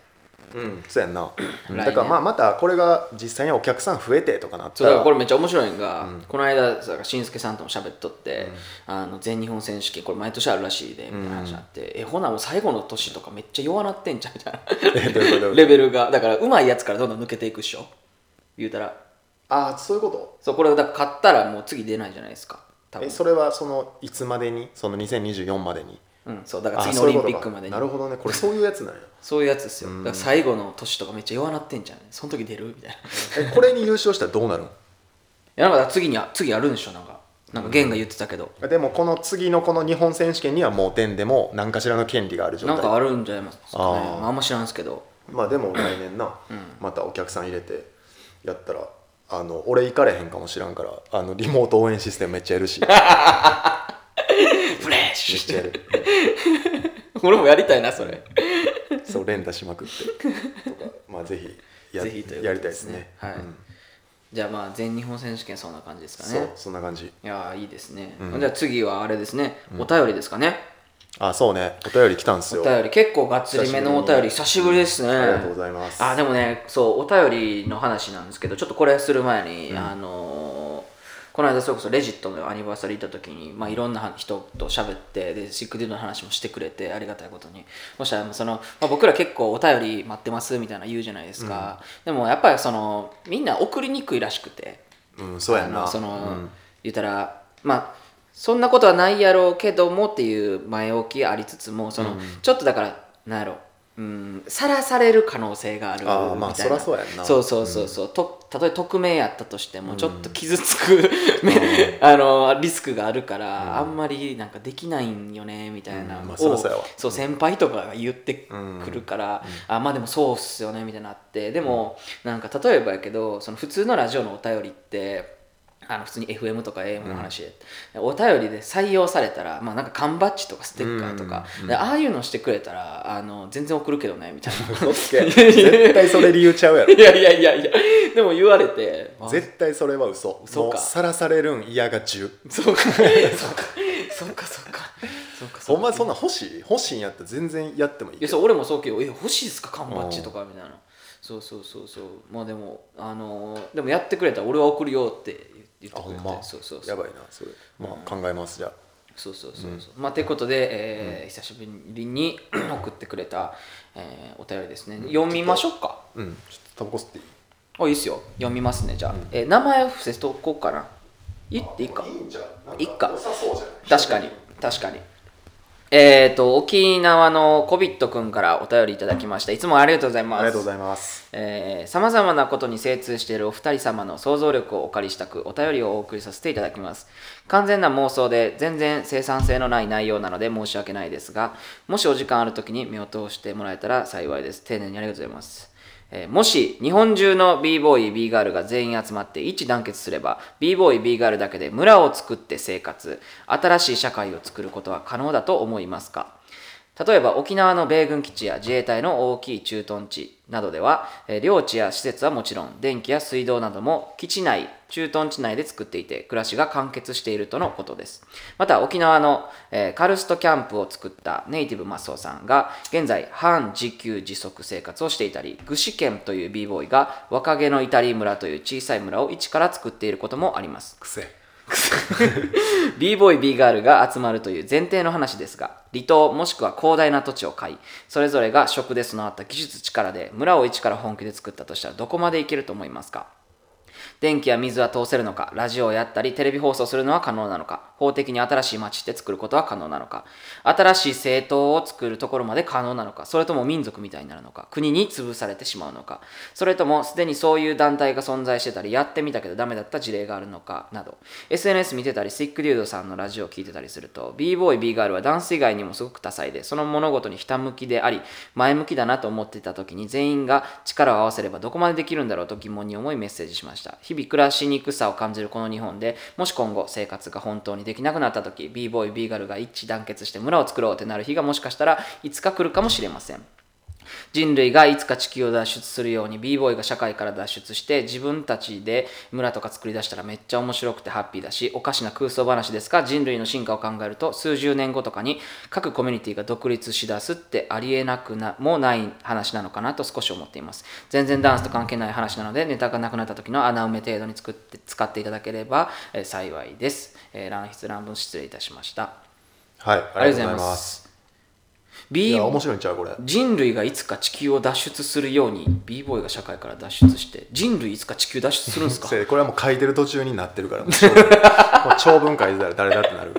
B: うんそうやんな
A: 来年
B: だからまあまたこれが実際にお客さん増えてとかなっ
A: そう
B: た
A: だから
B: ら
A: これめっちゃ面白いのが、この間だからしんすけさんとも喋っとって、あの全日本選手権これ毎年あるらしいでみたいな話になって、えほなもう最後の年とかめっちゃ弱なってんじゃんみたい
B: えどういうこと
A: な
B: どういうこと
A: レベルがだからうまいやつからどんどん抜けていくっしょ言うたら
B: ああそういうこと
A: そうこれだから勝ったらもう次出ないじゃないですか多分
B: えそれはそのいつまでにその2024までに
A: うん、そうだから
B: あ
A: 次のオ
B: そうい
A: リ
B: う
A: ン
B: こ
A: ピ
B: と
A: ッ
B: か
A: クまでに
B: なるほどねこれそういうやつなんや
A: そういうやつですよだから最後の年とかめっちゃ弱なってんじゃんその時出るみたいな
B: えこれに優勝したらどうなるん
A: やなんか次にあ次やるんでしょなんかなんか源が言ってたけど、
B: でもこの次のこの日本選手権にはもう点でも何かしらの権利がある状
A: なん
B: 態
A: かあるんじゃないですかね
B: あー
A: まあ、あんま知らんすけど
B: まあでも来年な、またお客さん入れてやったらあの俺行かれへんかもしらんからあのリモート応援システムめっちゃやる しめっ
A: フレッシ
B: ちゃや
A: ュ
B: る
A: 俺もやりたいなそれ
B: そう連打しまくってと かまあぜひや
A: ぜひということ
B: やりたいですね
A: はい
B: うん
A: じゃあまあ全日本選手権そんな感じですか
B: そう
A: ね
B: そんな感じ
A: いやーいいですね、
B: うん
A: じゃあ次はあれですねお便りですかね、
B: あそうねお便り来たんです
A: お
B: よ
A: 便り結構がっつりめのお便り久
B: 久
A: し
B: し
A: ぶ
B: ぶ
A: り
B: り
A: ですね、
B: ありがとうございます
A: あでもねそうお便りの話なんですけどちょっとこれする前に、あのーこの間それこそレジットのアニバーサリー行った時に、まあ、いろんな人と喋ってでシックデュードの話もしてくれてありがたいことにそしたらその、まあ、僕ら結構お便り待ってますみたいな言うじゃないですか、でもやっぱりそのみんな送りにくいらしくて
B: うんそうやん
A: あの
B: な
A: その、
B: うん
A: 言ったらまあそんなことはないやろうけどもっていう前置きありつつもその、ちょっとだからなんやろうんさらされる可能性があるみたい
B: あ
A: な
B: ーまあそらそうやんな
A: そうそうそうそうとたとえ匿名やったとしてもちょっと傷つく、め あのリスクがあるから、あんまりなんかできないんよねみたいな
B: うんまあ
A: の
B: そ
A: を
B: らそうやわ
A: そう先輩とかが言って
B: うん
A: くるから、あまあでもそうっすよねみたいになってでもなんか例えばやけどその普通のラジオのお便りってあの普通に FM とか AM の話で、お便りで採用されたら、まあ、なんか缶バッジとかステッカーとか、でああいうのしてくれたらあの全然送るけどねみたいな
B: 絶対それ理由ちゃうやろ
A: いやいやいやいやでも言われて あ
B: 絶対それは嘘
A: 嘘か
B: もうさらされるん嫌が10
A: そうかそうかそうかそうかそ
B: ほ
A: うんか
B: まそんなん欲しい欲しいんやったら全然やってもいい
A: いや
B: け
A: そ
B: ど
A: う俺もそうけど「え欲しいですか缶バッジ」とかみたいな、そうそうそうそうまあでもあのーでもやってくれたら俺は送るよって言って
B: あ
A: く
B: ほ
A: れて
B: んま
A: そうそうそう
B: やばいなそれまあ考えますじゃあ
A: そうそうそうそう、まあということで、えー久しぶりに 送ってくれた、えーお便りですね、読みましょうか
B: うんちょっとタバコ吸っていい
A: あいいっすよ読みますねじゃあ、えー名前伏せとこうかな言っていいか
B: いいんじゃない
A: いいか良さ
B: そうじゃない
A: 確かに確かにえっ、と沖縄のコビットくんからお便りいただきましたいつもありがとうございます
B: ありがとうございます
A: さまざまなことに精通しているお二人様の想像力をお借りしたくお便りをお送りさせていただきます完全な妄想で全然生産性のない内容なので申し訳ないですがもしお時間ある時に目を通してもらえたら幸いです丁寧にありがとうございますえーもし日本中の b ボーイ b ガールが全員集まって一致団結すれば b ボーイ b ガールだけで村を作って生活新しい社会を作ることは可能だと思いますか例えば沖縄の米軍基地や自衛隊の大きい駐屯地などでは、えー領地や施設はもちろん電気や水道なども基地内駐屯地内で作っていて暮らしが完結しているとのことですまた沖縄の、えーカルストキャンプを作ったネイティブマスオさんが現在半自給自足生活をしていたり具志堅という b ボーイが若気のイタリー村という小さい村を一から作っていることもあります
B: くせ
A: b ボーイ b ガールが集まるという前提の話ですが離島もしくは広大な土地を買いそれぞれが食で備わった技術力で村を一から本気で作ったとしたらどこまでいけると思いますか電気や水は通せるのかラジオをやったりテレビ放送するのは可能なのか法的に新しい町って作ることは可能なのか新しい政党を作るところまで可能なのかそれとも民族みたいになるのか国に潰されてしまうのかそれともすでにそういう団体が存在してたりやってみたけどダメだった事例があるのかなど SNS 見てたりスイックデュードさんのラジオを聞いてたりすると b ボーイ b ガールはダンス以外にもすごく多彩でその物事にひたむきであり前向きだなと思っていた時に全員が力を合わせればどこまでできるんだろうと疑問に思いメッセージしました日々暮らしにくさを感じるこの日本でもし今後生活が本当にできなくなった時 b ボーイ b ガールが一致団結して村を作ろうってなる日がもしかしたらいつか来るかもしれません人類がいつか地球を脱出するように b ボーイが社会から脱出して自分たちで村とか作り出したらめっちゃ面白くてハッピーだしおかしな空想話ですが人類の進化を考えると数十年後とかに各コミュニティが独立しだすってありえなくなもない話なのかなと少し思っています全然ダンスと関係ない話なのでネタがなくなった時の穴埋め程度に作って使っていただければ、えー幸いです、えー乱筆乱文失礼いたしました
B: はい
A: あ
B: あ
A: りがとう
B: りがとう
A: ござ
B: ござ
A: い
B: い
A: ま
B: ます
A: す b
B: いや
A: ボーイ
B: 面白いんちゃうこれ
A: 人類がいつか地球を脱出するように b ボーイが社会から脱出して人類いつか地球脱出するん ですか
B: せこれはもう書いてる途中になってるからもう長文もう長文書いてたら誰だって なる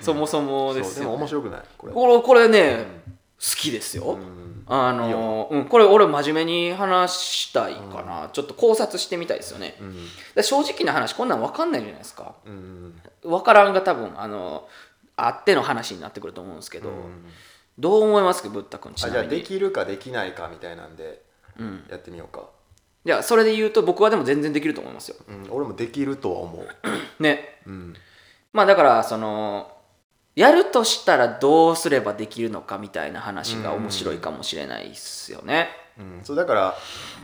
A: そもそも
B: そう
A: で
B: です
A: よ、ね、
B: も面白くないこれ
A: これこれね、きですよ、
B: うん
A: あ
B: いい
A: のうん、これ俺真面目に話したいかな、ちょっと考察してみたいですよね、
B: うん
A: で正直な話こんなん分かんないじゃないですか
B: うん
A: 分からんが多分あのあっての話になってくると思うんですけど、どう思いますかぶったくんち
B: あじ
A: な
B: ゃあ
A: みに
B: できるかできないかみたいなんで
A: うん、
B: やってみようか、
A: いやそれで言うと僕はでも全然できると思いますよ
B: うん、俺もできるとは思う、
A: ね
B: うん、
A: まあだからそのやるとしたらどうすればできるのかみたいな話が面白いかもしれないですよね、
B: うん、そうだから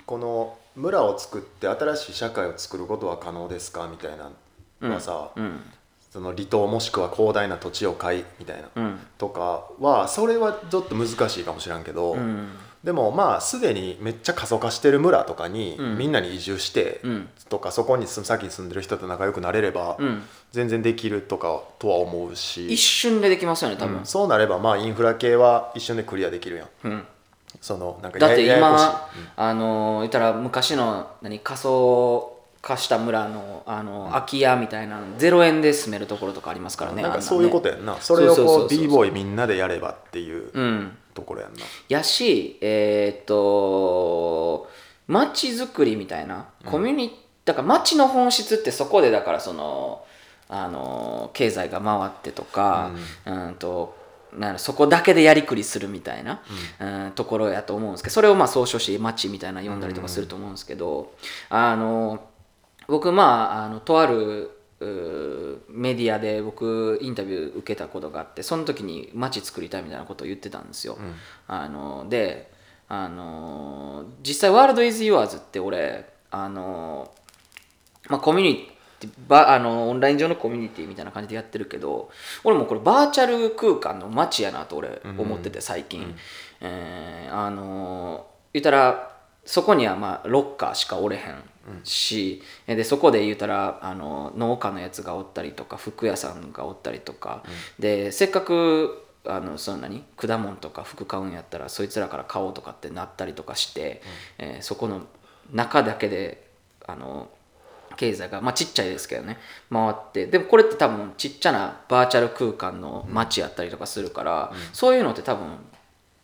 B: この村を作って新しい社会を作ることは可能ですかみたいなのはさ、
A: うん
B: その離島もしくは広大な土地を買いみたいな、
A: うん
B: とかはそれはちょっと難しいかもしらんけど、
A: うん
B: でもまあすでにめっちゃ過疎化してる村とかに、
A: うん
B: みんなに移住して、
A: うん
B: とかそこに住む先に住んでる人と仲良くなれれば、
A: うん
B: 全然できるとかとは思う
A: 一
B: し、
A: 瞬でできますよね多分、
B: うんそうなればまあインフラ系は一瞬でクリアできるやん
A: うん、
B: そのなんか
A: だって
B: やややこしい
A: 今、あの言ったら昔の何仮想化した村のあの空き家みたいなの0円で住めるところとかありますからね
B: なん
A: あ
B: か
A: ね
B: そういうことやんなそれを
A: そうそうそう
B: こう
A: そう
B: b ボーイみんなでやればっていう
A: うん
B: ところやんな
A: やしえーっと街づくりみたいなコミュニ、だから街の本質ってそこでだからそのあの経済が回ってとか、うん、となんやろそこだけでやりくりするみたいな、うんところやと思うんですけどそれをまあ総称して街みたいなの呼んだりとかすると思うんですけど、あの僕まああのとあるうーメディアで僕インタビュー受けたことがあってその時に街作りたいみたいなことを言ってたんですよ、あのであの実際「ワールド・イズ・ユアーズ」って俺あのまあ、コミュニティばあのオンライン上のコミュニティみたいな感じでやってるけど俺もこれバーチャル空間の街やなと俺思ってて最近、えーあの言ったらそこにはまあロッカーしかおれへんし、でそこで言ったらあの農家のやつがおったりとか服屋さんがおったりとか、でせっかくあのその何果物とか服買うんやったらそいつらから買おうとかってなったりとかして、えーそこの中だけであの経済がまあちっちゃいですけどね回ってでもこれって多分ちっちゃなバーチャル空間の街やったりとかするから、そういうのって多分、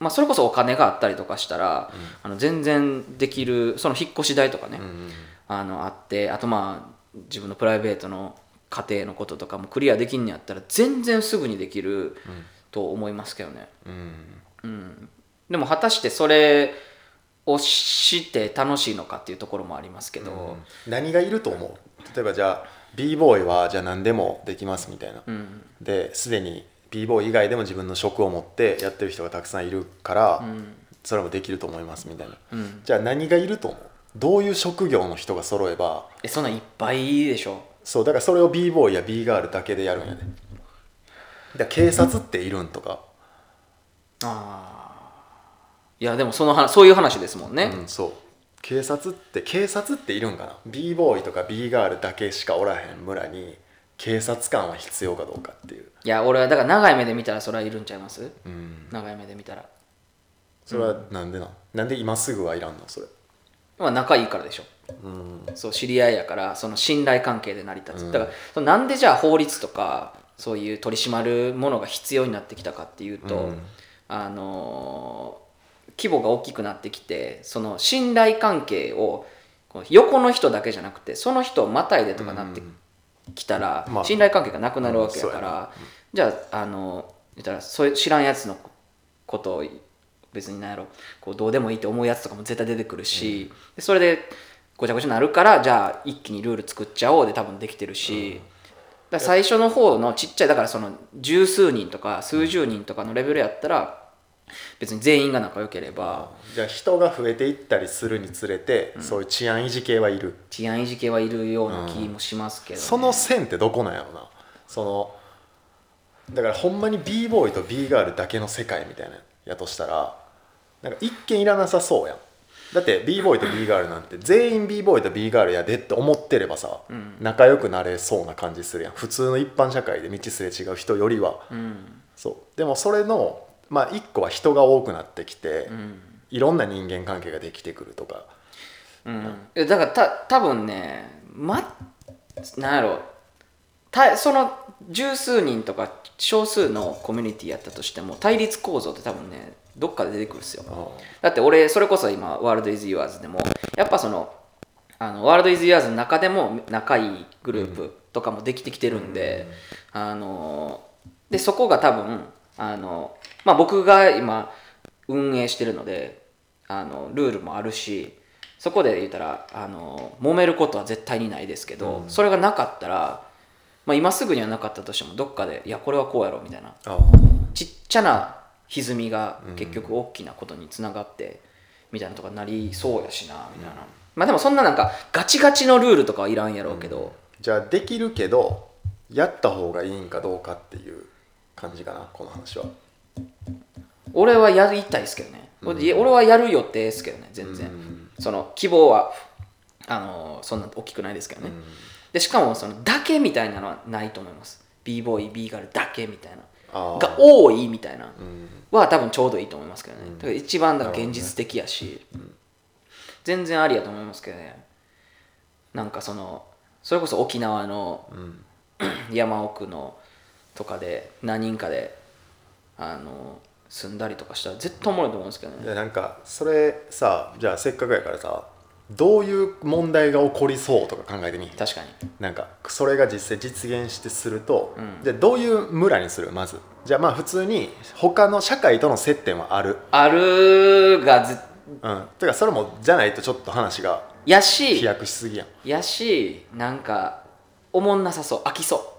A: まあ、それこそお金があったりとかしたら、あの全然できるその引っ越し代とかね、あのあってあとまあ自分のプライベートの家庭のこととかもクリアできんのやったら全然すぐにできると思いますけどね、
B: うん
A: でも果たしてそれをして楽しいのかっていうところもありますけど、
B: 何がいると思う例えばじゃあ b ボーイはじゃあ何でもできますみたいな、
A: うん
B: ですでに b ボーイ以外でも自分の職を持ってやってる人がたくさんいるから、それもできると思いますみたいな、
A: うん
B: じゃあ何がいると思うどういう職業の人が揃えば
A: えそんなんいっぱいでしょ
B: そうだからそれを b ボーイや b ガールだけでやるんやねだから警察っているんとか、
A: あーいやでもその話そういう話ですもんね、
B: うん、そう警察って警察っているんかな b ボーイとか b ガールだけしかおらへん村に警察官は必要かどうかっていう、
A: いや俺はだから長い目で見たらそれはいるんちゃいます
B: うん、
A: 長い目で見たら
B: それはなんでなん、なんで今すぐはいらんのそれ
A: まあ仲いいからでしょ
B: うん
A: そう知り合いやからその信頼関係で成り立つ、
B: うん
A: だからそのなんでじゃあ法律とかそういう取り締まるものが必要になってきたかっていうと、
B: うん
A: あのー規模が大きくなってきてその信頼関係をこう横の人だけじゃなくてその人をまたいでとかなってきたら、
B: うんまあ
A: 信頼関係がなくなるわけやか
B: うんそうやな
A: ら、じゃああの言ったらそういう知らんやつのことを別に何やろこうどうでもいいって思うやつとかも絶対出てくるし、でそれでごちゃごちゃになるからじゃあ一気にルール作っちゃおうで多分できてるし、だから最初の方のちっちゃいだからその十数人とか数十人とかのレベルやったら別に全員が仲良ければ
B: じゃあ人が増えていったりするにつれて、そういう治安維持系はいる
A: 治安維持系はいるような気もしますけどね、
B: その線ってどこなんやろなそのだからほんまに b ボーイと b ガールだけの世界みたいなやとしたらなんか一見いらなさそうやんだって b ボーイと b ガールなんて全員 b ボーイと b ガールやでって思ってればさ、仲良くなれそうな感じするやん普通の一般社会で道すれ違う人よりは、
A: うん
B: そうでもそれのまあ一個は人が多くなってきて、
A: うん
B: いろんな人間関係ができてくるとか
A: うんいやだからた多分ねまなんやろたその十数人とか少数のコミュニティやったとしても対立構造って多分ねどっかで出てくるんですよ
B: あー
A: だって俺それこそ今ワールドイズユアーズでもやっぱそのあのワールドイズユアーズの中でも仲いいグループとかもできてきてるんで、あのでそこが多分あのまあ僕が今運営してるのであのルールもあるしそこで言ったらあの揉めることは絶対にないですけど、それがなかったら、まあ、今すぐにはなかったとしてもどっかでいやこれはこうやろみたいな
B: あー
A: ちっちゃな歪みが結局大きなことにつながって、みたいなとかなりそうやしなみたいな、まあでもそんななんかガチガチのルールとかはいらんやろうけど、
B: じゃあできるけどやった方がいいんかどうかっていう感じかなこの話は
A: 俺はやりたいですけどね、俺い俺はやる予定ですけどね全然、
B: うん
A: その希望はあのそんな大きくないですけどね、
B: うん
A: でしかもそのだけみたいなのはないと思います b ボーイ b ガールだけみたいな
B: あー
A: が多いみたいな、
B: うん
A: は多分ちょうどいいと思いますけどね、
B: うん
A: だから一番だから現実的やし、全然ありやと思いますけどねなんかそのそれこそ沖縄の
B: うん
A: 山奥のとかで何人かであの住んだりとかしたら絶対おもろいと思うんですけど
B: い
A: ね
B: やなんかそれさじゃあせっかくやからさどういう問題が起こりそうとか考えてみひん
A: 確かに
B: なんかそれが実際実現してすると、
A: うん
B: じゃあどういう村にするまずじゃあまあ普通に他の社会との接点はある
A: あるがず
B: うんてかそれもじゃないとちょっと話が
A: や
B: 飛
A: し
B: 躍しすぎやん、
A: やしなんかおもんなさそう飽きそ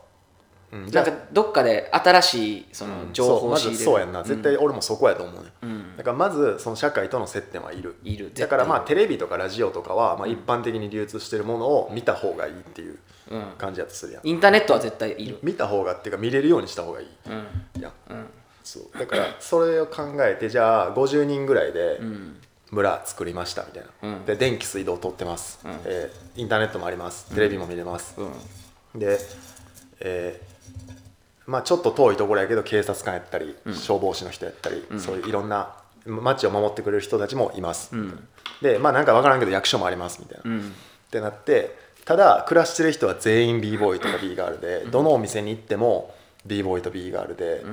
B: うん、
A: う
B: じゃ
A: なん
B: あ
A: かどっかで新しいそ
B: うん
A: の情報を仕入れる
B: そうまずそうやんな絶対俺もそこやと思うね、
A: うんうん
B: だからまずその社会との接点はいる
A: いる
B: だからまあ
A: 絶
B: テレビとかラジオとかはまあ一般的に流通してるものを見た方がいいっていう
A: 対うん
B: 感じだとするやん
A: インターネットは絶対いる。
B: 見た方がっていうか見れるようにした方がいい
A: うん。
B: やん
A: うん。
B: そうだからそれを考えてじゃあ50人ぐらいで
A: うん。
B: 村作りましたみたいな、
A: うん
B: で電気水道取ってます、
A: うん
B: えーインターネットもありますテレビも見れます、
A: うん。
B: で、えーまあ、ちょっと遠いところやけど警察官やったり、消防士の人やったり、そういういろんな町を守ってくれる人たちもいます、
A: うん。
B: でまあなんか分からんけど役所もありますみたいな、
A: う
B: っ
A: ん。
B: てなってただ暮らしてる人は全員 b ボーイとか b ガールでどのお店に行っても b ボーイと b ガールで、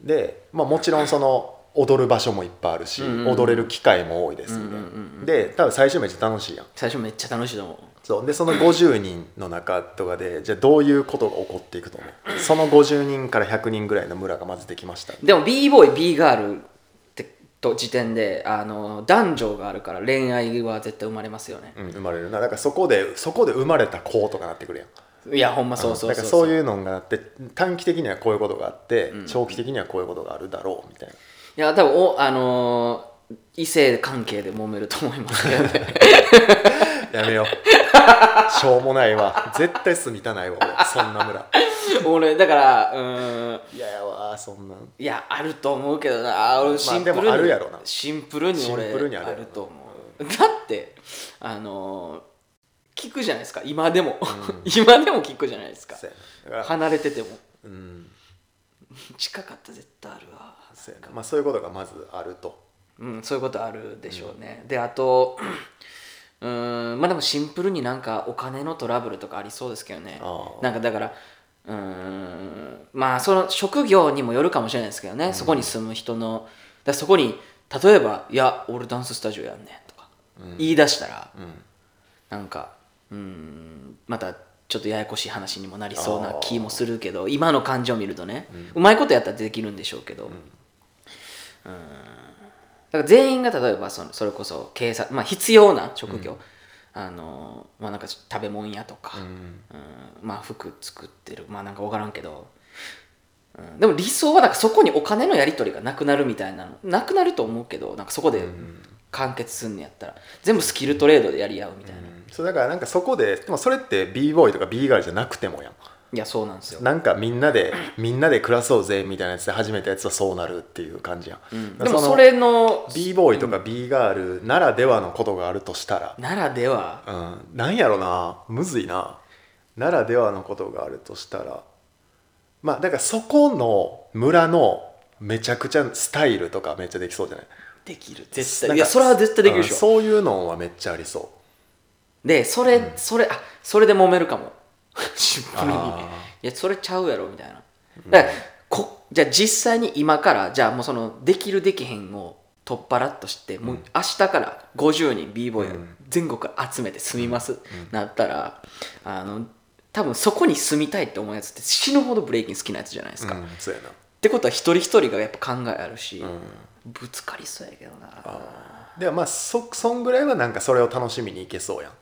B: で、まあ、もちろんその踊る場所もいっぱいあるし、
A: うんうんうん
B: 踊れる機会も多いですみたいな、
A: うんうんうんうん
B: で多分最初めっちゃ楽しいやん
A: 最初めっちゃ楽しいと思
B: そうでその50人の中とかでじゃあどういうことが起こっていくと思うその50人から100人ぐらいの村がまずできました
A: う。でも b ボーイ b ガールってと時点であの男女があるから恋愛は絶対生まれますよね。
B: うん、生まれるなだからそこでそこで生まれた子とかなってくるやん
A: いやほんまそうそう
B: だ
A: そ
B: か
A: う
B: らそう
A: う。
B: いうのがあって短期的にはこういうことがあって、
A: うん
B: 長期的にはこういうことがあるだろうみたいない
A: や多分おあのー異性関係で揉めると思いますけどね。
B: やめようしょうもないわ絶対住みたないわ俺そんな村
A: 俺だからうーん。
B: いややわそんなん
A: いやあると思うけどなあ俺シンプルに、
B: でもあるやろな
A: シンプルに俺
B: シンプルにあるやろな
A: と思うだってあのー聞くじゃないですか今でも、 今でも聞くじゃないですか
B: そうやなだから
A: 離れてても
B: うん
A: 近かったら絶対あるわ
B: そうやなまあそういうことがまずあると
A: うんそういうことあるでしょうね、であとうーんまあでもシンプルになんかお金のトラブルとかありそうですけどね
B: ああ
A: なんかだからうーんまあその職業にもよるかもしれないですけどね、そこに住む人のだからそこに例えば「いや俺ダンススタジオやんねん」とか言い出したら、
B: うん
A: なんかうーんまたちょっとややこしい話にもなりそうな気もするけど今の感じを見るとね、うまいことやったらできるんでしょうけど、うーんだから全員が例えばそのそれこそ警察まあ必要な職業、あのまあなんか食べ物屋とか、
B: うん
A: うんまあ服作ってるまあなんか分からんけど、うん、でも理想はなんかそこにお金のやり取りがなくなるみたいなのなくなると思うけどなんかそこで完結すんのやったら全部スキルトレードでやり合うみたいな、
B: そうだからなんかそこででもそれって b ボーイとか b ガールじゃなくてもやん
A: いやそうなんですよ
B: なんかみんなでみんなで暮らそうぜみたいなやつで始めたやつはそうなるっていう感じやん、
A: うん
B: だ
A: で
B: から
A: も
B: の
A: それの
B: b ボーイとか b ガールならではのことがあるとしたら、
A: ならでは
B: うん、なんやろなむずいなならではのことがあるとしたらまあだからそこの村のめちゃくちゃスタイルとかめっちゃできそうじゃない
A: できる絶
B: な
A: 対
B: ん
A: い
B: か
A: やそれは絶対できるで
B: うん
A: しょ
B: そういうのはめっちゃありそう
A: でそれそれあそれで揉めるかも シンプルに
B: あ
A: いやそれちゃうやろみたいなだからこじゃあ実際に今からじゃあもうそのできるできへんを取っ払っとして、もう明日から50人 b ボーイを
B: うん
A: 全国から集めて住みます、なったらあの多分そこに住みたいって思うやつって死ぬほどブレイキン好きなやつじゃないです
B: ー
A: か、
B: う
A: っ
B: んそうやな
A: てことは一人一人がやっぱ考えあるし、
B: ん
A: ぶつかりそうやけどな
B: でもまあそそんぐらいはなんかそれを楽しみにいけそうやん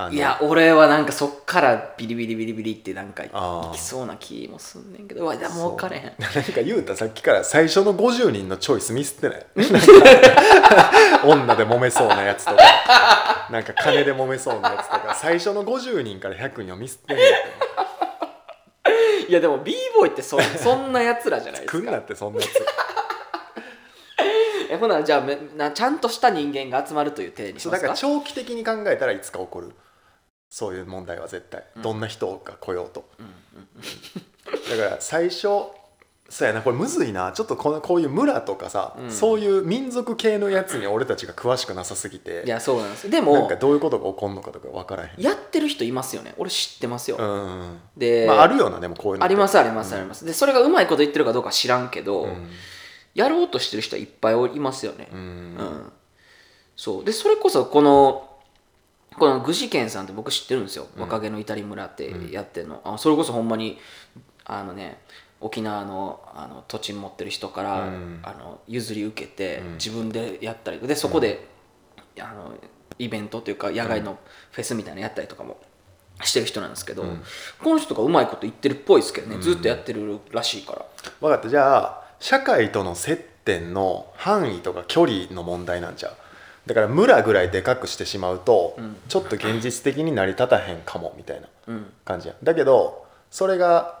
B: あの
A: いや俺はなんかそっからビリビリビリビリってなんかい
B: あー
A: きそうな気もすんねんけどうわでも分かれへん
B: なんか言うたらさっきから最初の50人のチョイスミスってないなんか 女で揉めそうなやつとかなんか金で揉めそうなやつとか最初の50人から100人をミスってんね ん
A: いやでも b ボーイって そそんなやつらじゃないで
B: 来
A: す
B: んな
A: か
B: ってそんなやつ
A: えほなじゃあめなちゃんとした人間が集まるという体にし
B: そう
A: ま
B: だ
A: す
B: から
A: か
B: 長期的に考えたらいつか起こるそういう問題は絶対、どんな人が来ようと、 だから最初そうやなこれむずいなちょっとこのこういう村とかさ、
A: うん
B: そういう民族系のやつに俺たちが詳しくなさすぎて
A: いやそうなんですよで
B: なん
A: も
B: かどういうことが起こるのかとか分からへん
A: やってる人いますよね俺知ってますよ、
B: うん
A: で、
B: まあ、あるよなでもこういうの
A: ありますすありますあります、でそれがうまいこと言ってるかどうかは知らんけど、
B: うん、
A: やろうとしてる人はいっぱいおいますよね
B: う
A: うんん、そうでそれこそこのこの具志堅さんって僕知ってるんですよ、若気の至り村ってやってるの、あそれこそほんまにあのね沖縄のあの土地持ってる人から、
B: うん
A: あの譲り受けて、
B: うん
A: 自分でやったりでそこで、あのイベントというか野外のフェスみたいなのやったりとかもしてる人なんですけど、
B: うん
A: この人がうまいこと言ってるっぽいですけどね、ずっとやってるらしいから
B: 分かったじゃあ社会との接点の範囲とか距離の問題なんちゃうだから村ぐらいでかくしてしまうと、
A: うん
B: ちょっと現実的に成り立たへんかもみたいな
A: うん
B: 感じやだけどそれが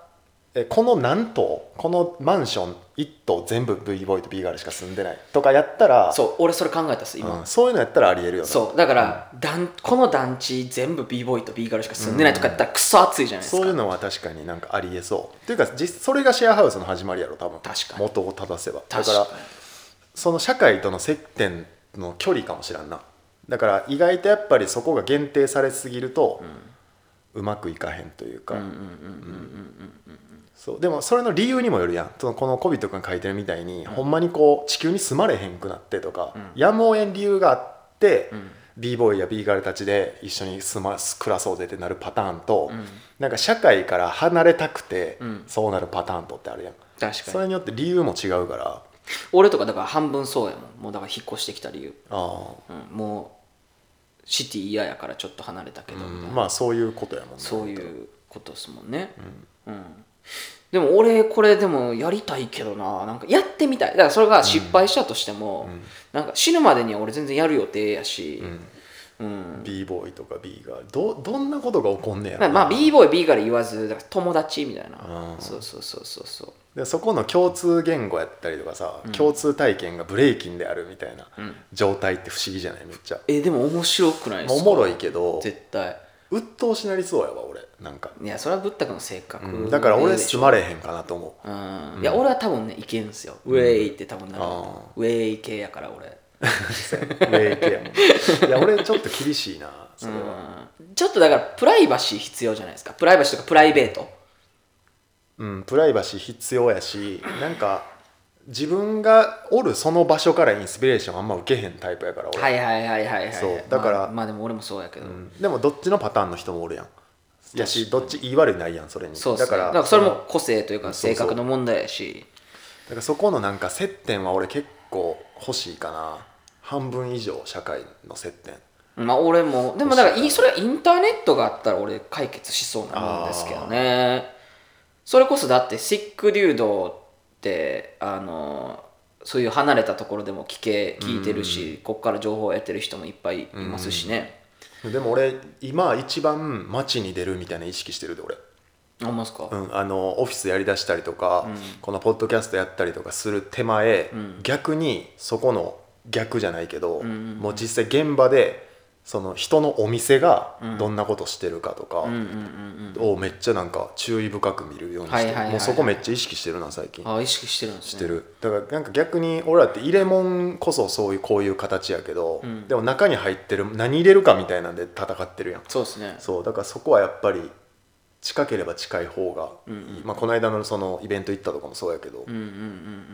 B: えこの何棟このマンション1棟全部 V ボーイと B ガールしか住んでないとかやったら
A: そう俺それ考えたっす今、
B: うんそういうのやったらありえるよね
A: そうだから、団この団地全部 b ボーイと b ガールしか住んでないとかやったらクソ暑いじゃないですか、
B: そういうのは確かになんかありえそうっていうか実それがシェアハウスの始まりやろ多分
A: 確かに
B: 元を正せばだ
A: 確
B: か
A: からに
B: その社会との接点の距離かもしらんなだから意外とやっぱりそこが限定されすぎると、うまくいかへんというか、
A: うんうんうん
B: そうでもそれの理由にもよるやんそのこの小人君書いてるみたいに、ほんまにこう地球に住まれへんくなってとか、やむを得ん理由があって、b ボーイや b ガールたちで一緒に住ま暮らそうぜってなるパターンと、
A: うん
B: なんか社会から離れたくて、
A: うん
B: そうなるパターンとってあるやん
A: 確
B: そ
A: か
B: れ
A: に
B: によって理由も違うから
A: 俺とかだから半分そうやもんもうだから引っ越してきた理由、
B: あ
A: うん、もうシティ嫌やからちょっと離れたけ
B: ー、
A: ど、みたい
B: うん
A: な
B: まあそういうことやもんね
A: そういうことですもんねうん、でも俺これでもやりたいけどななんかやってみたいだからそれが失敗したとしても、なんか死ぬまでには俺全然やる予定やし、うん、
B: b ボーイとか b ガールどどんなことが起こんね
A: ま
B: やろ
A: あ、
B: な
A: まあ、b ボーイ b から言わずだから友達みたいな
B: うん
A: そうそうそうそうそう
B: でそこの共通言語やったりとかさ、共通体験がブレイキンであるみたいな状態って不思議じゃないめっちゃ、
A: えでも面白くないですか
B: おもろいけど
A: 絶対
B: 鬱陶しなりそうやわ俺なんか、
A: いやそれはぶったくの性格、
B: うんだから俺住まれへんかなと思
A: うん、いや俺は多分ねいけんすよ、ウェイって多分なる
B: あ
A: ウェイ系やから俺
B: う霊系やもんいや俺ちょっと厳しいなそれは
A: うんちょっとだからプライバシー必要じゃないですかプライバシーとかプライベート
B: うん、プライバシー必要やしなんか自分がおるその場所からインスピレーションあんま受けへんタイプやから俺、
A: はいはいはいはいはい
B: そうだから
A: まあ、まあでも俺もそうやけど、
B: うんでもどっちのパターンの人もおるやんやしどっち言い悪いないやんそれに
A: そうっすねだ
B: だか
A: から
B: ら
A: だからそれも個性という
B: う
A: か
B: んそうそ
A: 性
B: う
A: 格の問題やし
B: だからそこのなんか接点は俺結構欲しいかな半分以上社会の接点
A: まあ俺もでもだからいそれはインターネットがあったら俺解決しそうなんですけどねそれこそだってシックデュードってあのそういう離れたところでも聞け聞いてるし、ここから情報を得てる人もいっぱいいますしね、
B: でも俺今一番街に出るみたいな意識してるで俺、
A: 思いますか、
B: うん、あのオフィスやりだしたりとか、このポッドキャストやったりとかする手前、逆にそこの逆じゃないけど、もう実際現場でその人のお店がどんなことしてるかとか
A: うんうんうん
B: をめっちゃなんか注意深く見るように
A: はい
B: し
A: はい
B: て
A: はいはい
B: もうそこめっちゃ意識してるな最近
A: うんあ意識してるんです
B: し
A: ね
B: てるだからなんか逆に俺らって入れ物こそそういうこういう形やけど
A: うん
B: でも中に入ってる何入れるかみたいなんで戦ってるやん
A: そうですね
B: そうだからそこはやっぱり近ければ近い方がいい、
A: うんうん
B: まあ、この間のそのイベント行ったとかもそうやけど、
A: うんうんうん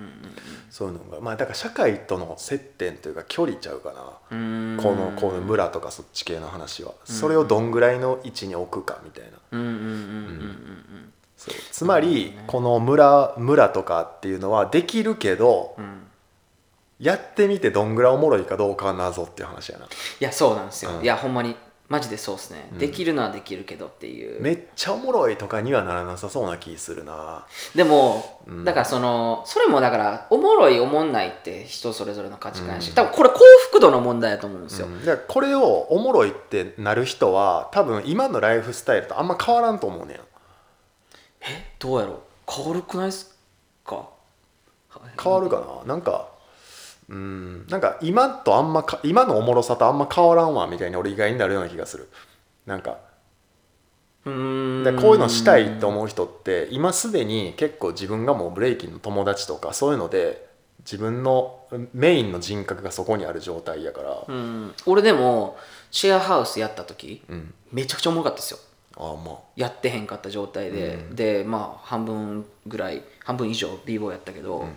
B: そういうのがまあだから社会との接点というか距離ちゃうかな、
A: うんうんうーん
B: このこの村とかそっち系の話は、それをどんぐらいの位置に置くかみたいな
A: うんうんうんうんうんうん
B: そうつまり、この村村とかっていうのはできるけど、
A: ん
B: やってみてどんぐらいおもろいかどうかは謎っていう話やない
A: やそうなんですよ、
B: うん
A: いやほんまにマジでそうですね、できるのはできるけどっていう
B: めっちゃおもろいとかにはならなさそうな気するな
A: でも、
B: うん
A: だからそのそれもだからおもろいおもんないって人それぞれの価値観やし、
B: うん
A: 多分これ幸福度の問題だと思うんですよ、
B: うんだからこれをおもろいってなる人は多分今のライフスタイルとあんま変わらんと思うねん
A: えどうやろう変わるくないっすか
B: 変わるかななんかうんなんか今とあんまか今のおもろさとあんま変わらんわみたいに俺意外になるような気がするなんか
A: うーん
B: でこういうのしたいと思う人って今すでに結構自分がもうブレイキンの友達とかそういうので自分のメインの人格がそこにある状態やから
A: うん俺でもシェアハウスやった時
B: うん
A: めちゃくちゃおもろかったですよ
B: ああま
A: やってへんかった状態で、
B: うん
A: でまあ半分ぐらい半分以上 b ボーやったけど、
B: ん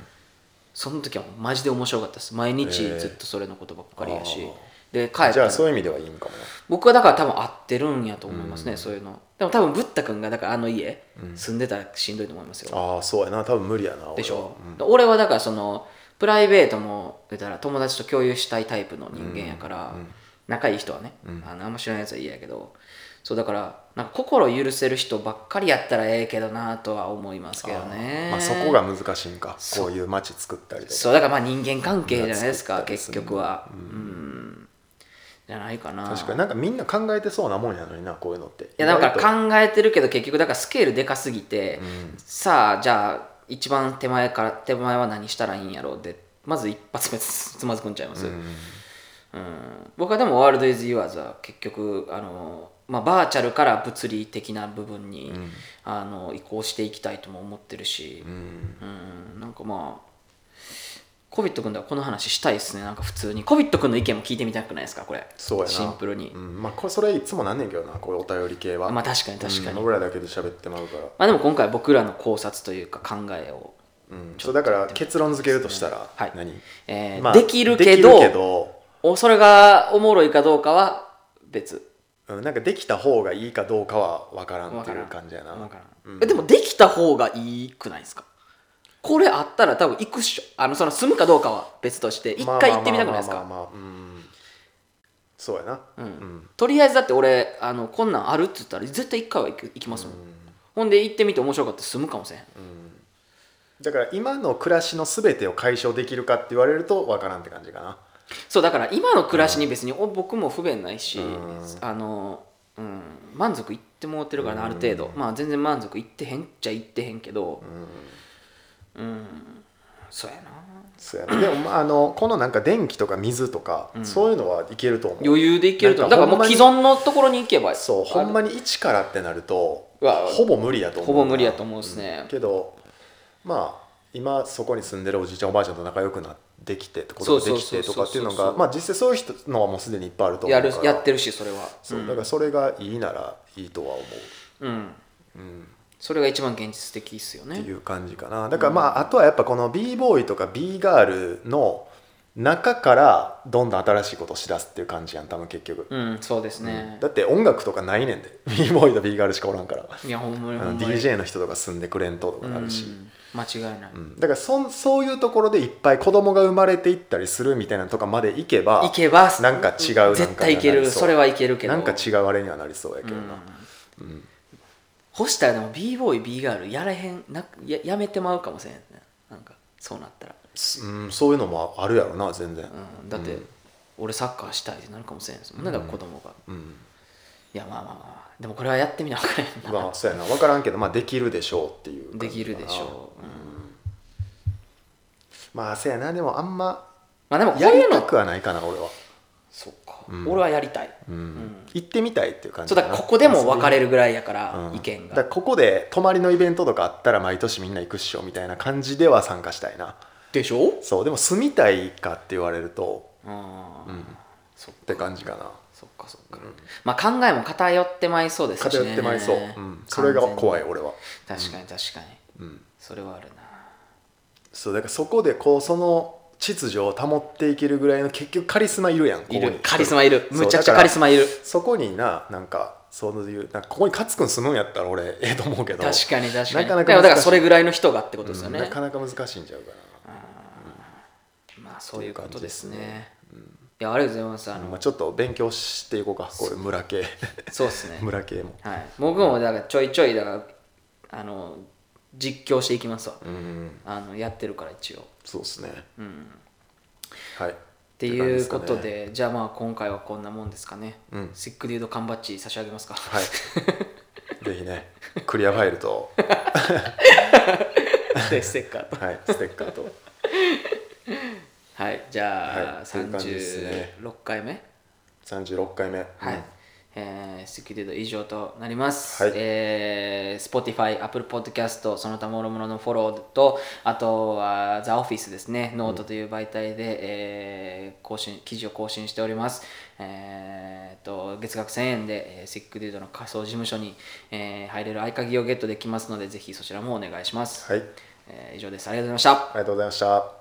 A: その時はマジで面白かったです毎日
B: へえ
A: ずっとそれのことばっかりやし、
B: あ
A: で帰っ
B: あじ
A: た
B: ゃあ
A: ら
B: そういう意味ではいいんかもな
A: 僕はだから多分合ってるんやと思いますね、
B: うん
A: そういうのでも多分ブッダ君がだからあの家、住んでたらしんどいと思いますよ
B: ああそうやな多分無理やな俺は
A: でしょ、
B: うん
A: 俺はだからそのプライベートも言ったら友達と共有したいタイプの人間やから、
B: うんうん
A: 仲いい人はね、
B: うん
A: あのあんま知らないやつは嫌やけどそうだからなんか心許せる人ばっかりやったらええけどなとは思いますけどね
B: あーまあ、そこが難しいんかこういう街作ったりとか
A: そうだからまあ人間関係じゃないですか
B: 作ったりす
A: 結
B: る
A: 局はうん、じゃないかな
B: 確かになんかみんな考えてそうなもんやのになこういうのってい
A: いやだから考えてるけど結局だからスケールでかすぎて、さあじゃあ一番手前から手前は何したらいいんやろうでまず一発目つつまずくんちゃいます、うん僕はでも「ワールド・イズ・ユアーズ」は結局あの、まあ、バーチャルから物理的な部分に、あの移行していきたいとも思ってるし、うんなんかまあコビット君とはこの話したいですねなんか普通にコビット君の意見も聞いてみたくないですかこれ
B: そうやな
A: シンプルに、
B: うんまあこれそれいつもなんねんけどなこういうお便り系は
A: まあ確かに確かに、
B: うん俺らだけで喋ってまうから
A: まあでも今回僕らの考察というか考えを、
B: うんそうだから結論付けるとしたら
A: はい
B: 何
A: えー
B: まあ
A: できるけど
B: できるけど
A: おそれがおもろいかどうかは別
B: うんなんかできた方がいいかどうかは分からん
A: わ
B: っ
A: か
B: てい
A: ら
B: うん感じやな
A: わからん
B: うん
A: えでもできた方がいいくないですかこれあったら多分行くっしょあのその住むかどうかは別として一回行ってみたくないです
B: まあ
A: か
B: まあまあまあまあうんそうやな
A: うん
B: ん
A: とりあえずだって俺あのこんなんあるっつったら絶対一回は行く行きますもん、ほんで行ってみて面白かったら住むかもしれん、
B: だから今の暮らしの全てを解消できるかって言われると分からんって感じかな
A: そうだから今の暮らしに別に、お僕も不便ないし、
B: うん
A: あの、うん、満足いってもうてるからなある程度、まあ全然満足いってへんっちゃいってへんけどうん、そうやな
B: そうやなでもまああのこのなんか電気とか水とか、そういうのはいけると思う
A: 余裕でいけると思うだ
B: な
A: か
B: ん
A: ら
B: か
A: もう既
B: ほ
A: 存のところに行けば
B: そうほんまに一からってなると
A: うわ
B: ほぼ無理やと思う
A: ほぼ無理やと思うっすね
B: んけどまあ今そこに住んでるおじいちゃんおばあちゃんと仲良くなってきて子供できてとかっていうの
A: そうそうそうそうそう
B: がまあ実際そういう人のはもうすでにいっぱいあると思
A: や
B: うか
A: る
B: ら
A: やってるしそれは
B: そうだからそれがいいならいいとは思う
A: うん、それが一番現実的っすよ
B: ってい
A: ね
B: う感じかなだからまああとはやっぱこの b ボーイとか b ガールの中からどんどん新しいことをしだすっていう感じやん多分結局、
A: うんそうですね、
B: だって音楽とかないねんで b ボーイと b ガールしかおらんから
A: いやほんまに
B: あ
A: ほんまに
B: の DJ の人とか住んでくれんととかなるし、
A: うん間違いない、
B: うんだからそんそういうところでいっぱい子供が生まれていったりするみたいなとかまでいけば
A: 行けば
B: なんか違うなんか
A: 絶対いける
B: なんか
A: それはいけるけど
B: なんか違うあれにはなりそうやけどな、
A: 干したらでも b ボーイ b ガールやれへんなややめてまうかもしれんねなんかそうなったら、
B: すうん、そういうのもあるやろな全然、
A: うん、だって、俺サッカーしたいってなるかもしれんですもんねだから子供が、
B: ん
A: いやまあまあまあでもこれはやってみな分からへんな
B: まあそうやな分からんけど、まあ、できるでしょうっていう感じ
A: で
B: かな
A: きるでしょう、うん
B: まあそうやなでもあんま
A: まあでもこう
B: や
A: い
B: り
A: う
B: た
A: の
B: くはないかな俺は
A: そうか、
B: うん
A: 俺はやりたい
B: うん行ってみたいっていう感
A: そ
B: じ
A: うだからここでも分かれ
B: る、
A: るぐらいやから、
B: うん
A: 意見
B: だから
A: が
B: ここで泊まりのイベントとかあったら毎年みんな行くっしょみたいな感じでは参加したいな
A: でしょ
B: そうでも住みたいかって言われると
A: ああ、
B: うんっ
A: そっか
B: て感じかな
A: そっかそっか、まあ考えも偏ってまいそうですしね
B: 偏ってまいそう、うん、それが怖い俺は
A: 完全に確かに確かに、
B: うん
A: それはあるな
B: そうだからそこでこうその秩序を保っていけるぐらいの結局カリスマいるやんここに
A: いるカリスマいる
B: そう
A: むちゃくちゃカリスマいる
B: そこにななんかそういうなんかここに勝君住むんやったら俺ええと思うけど
A: 確かに確かに
B: なかなか難しい
A: でもだからそれぐらいの人がってことですよね、
B: うんなかなか難しいんちゃうか
A: まあそういうことですね
B: という
A: いやありがとうございますあ
B: な、
A: の、
B: まあ、ちょっと勉強していこうかこういう村系
A: そうですね
B: 村系も
A: はい僕もだからちょいちょいだからあの実況していきますわ、
B: うん
A: あのやってるから一応っ
B: そうですね、はいってて感じ
A: い
B: で
A: う
B: すか
A: こ
B: ね
A: とでじゃあまあ今回はこんなもんですかね、
B: うん
A: シックデュード缶バッジ差し上げますか
B: はいぜひねクリアファイルと、
A: でステッカーと
B: はい、ステッカーと
A: はいじゃあ、
B: はいそういう感じです
A: 36
B: ね
A: 回目
B: 36回目
A: はい、
B: うん
A: えー、スキルド以上となります、
B: はい
A: えー、Spotify、Apple Podcast、その他諸々のフォローと、あとは The Office ですね、ノートという媒体で、えー更新記事を更新しております。えー、と月額1000円で、えー、スックデュードの仮想事務所に、えー入れる合鍵をゲットできますので、ぜひそちらもお願いします。
B: はい、あり
A: えー以上です。ありがとうございました。
B: がとうございました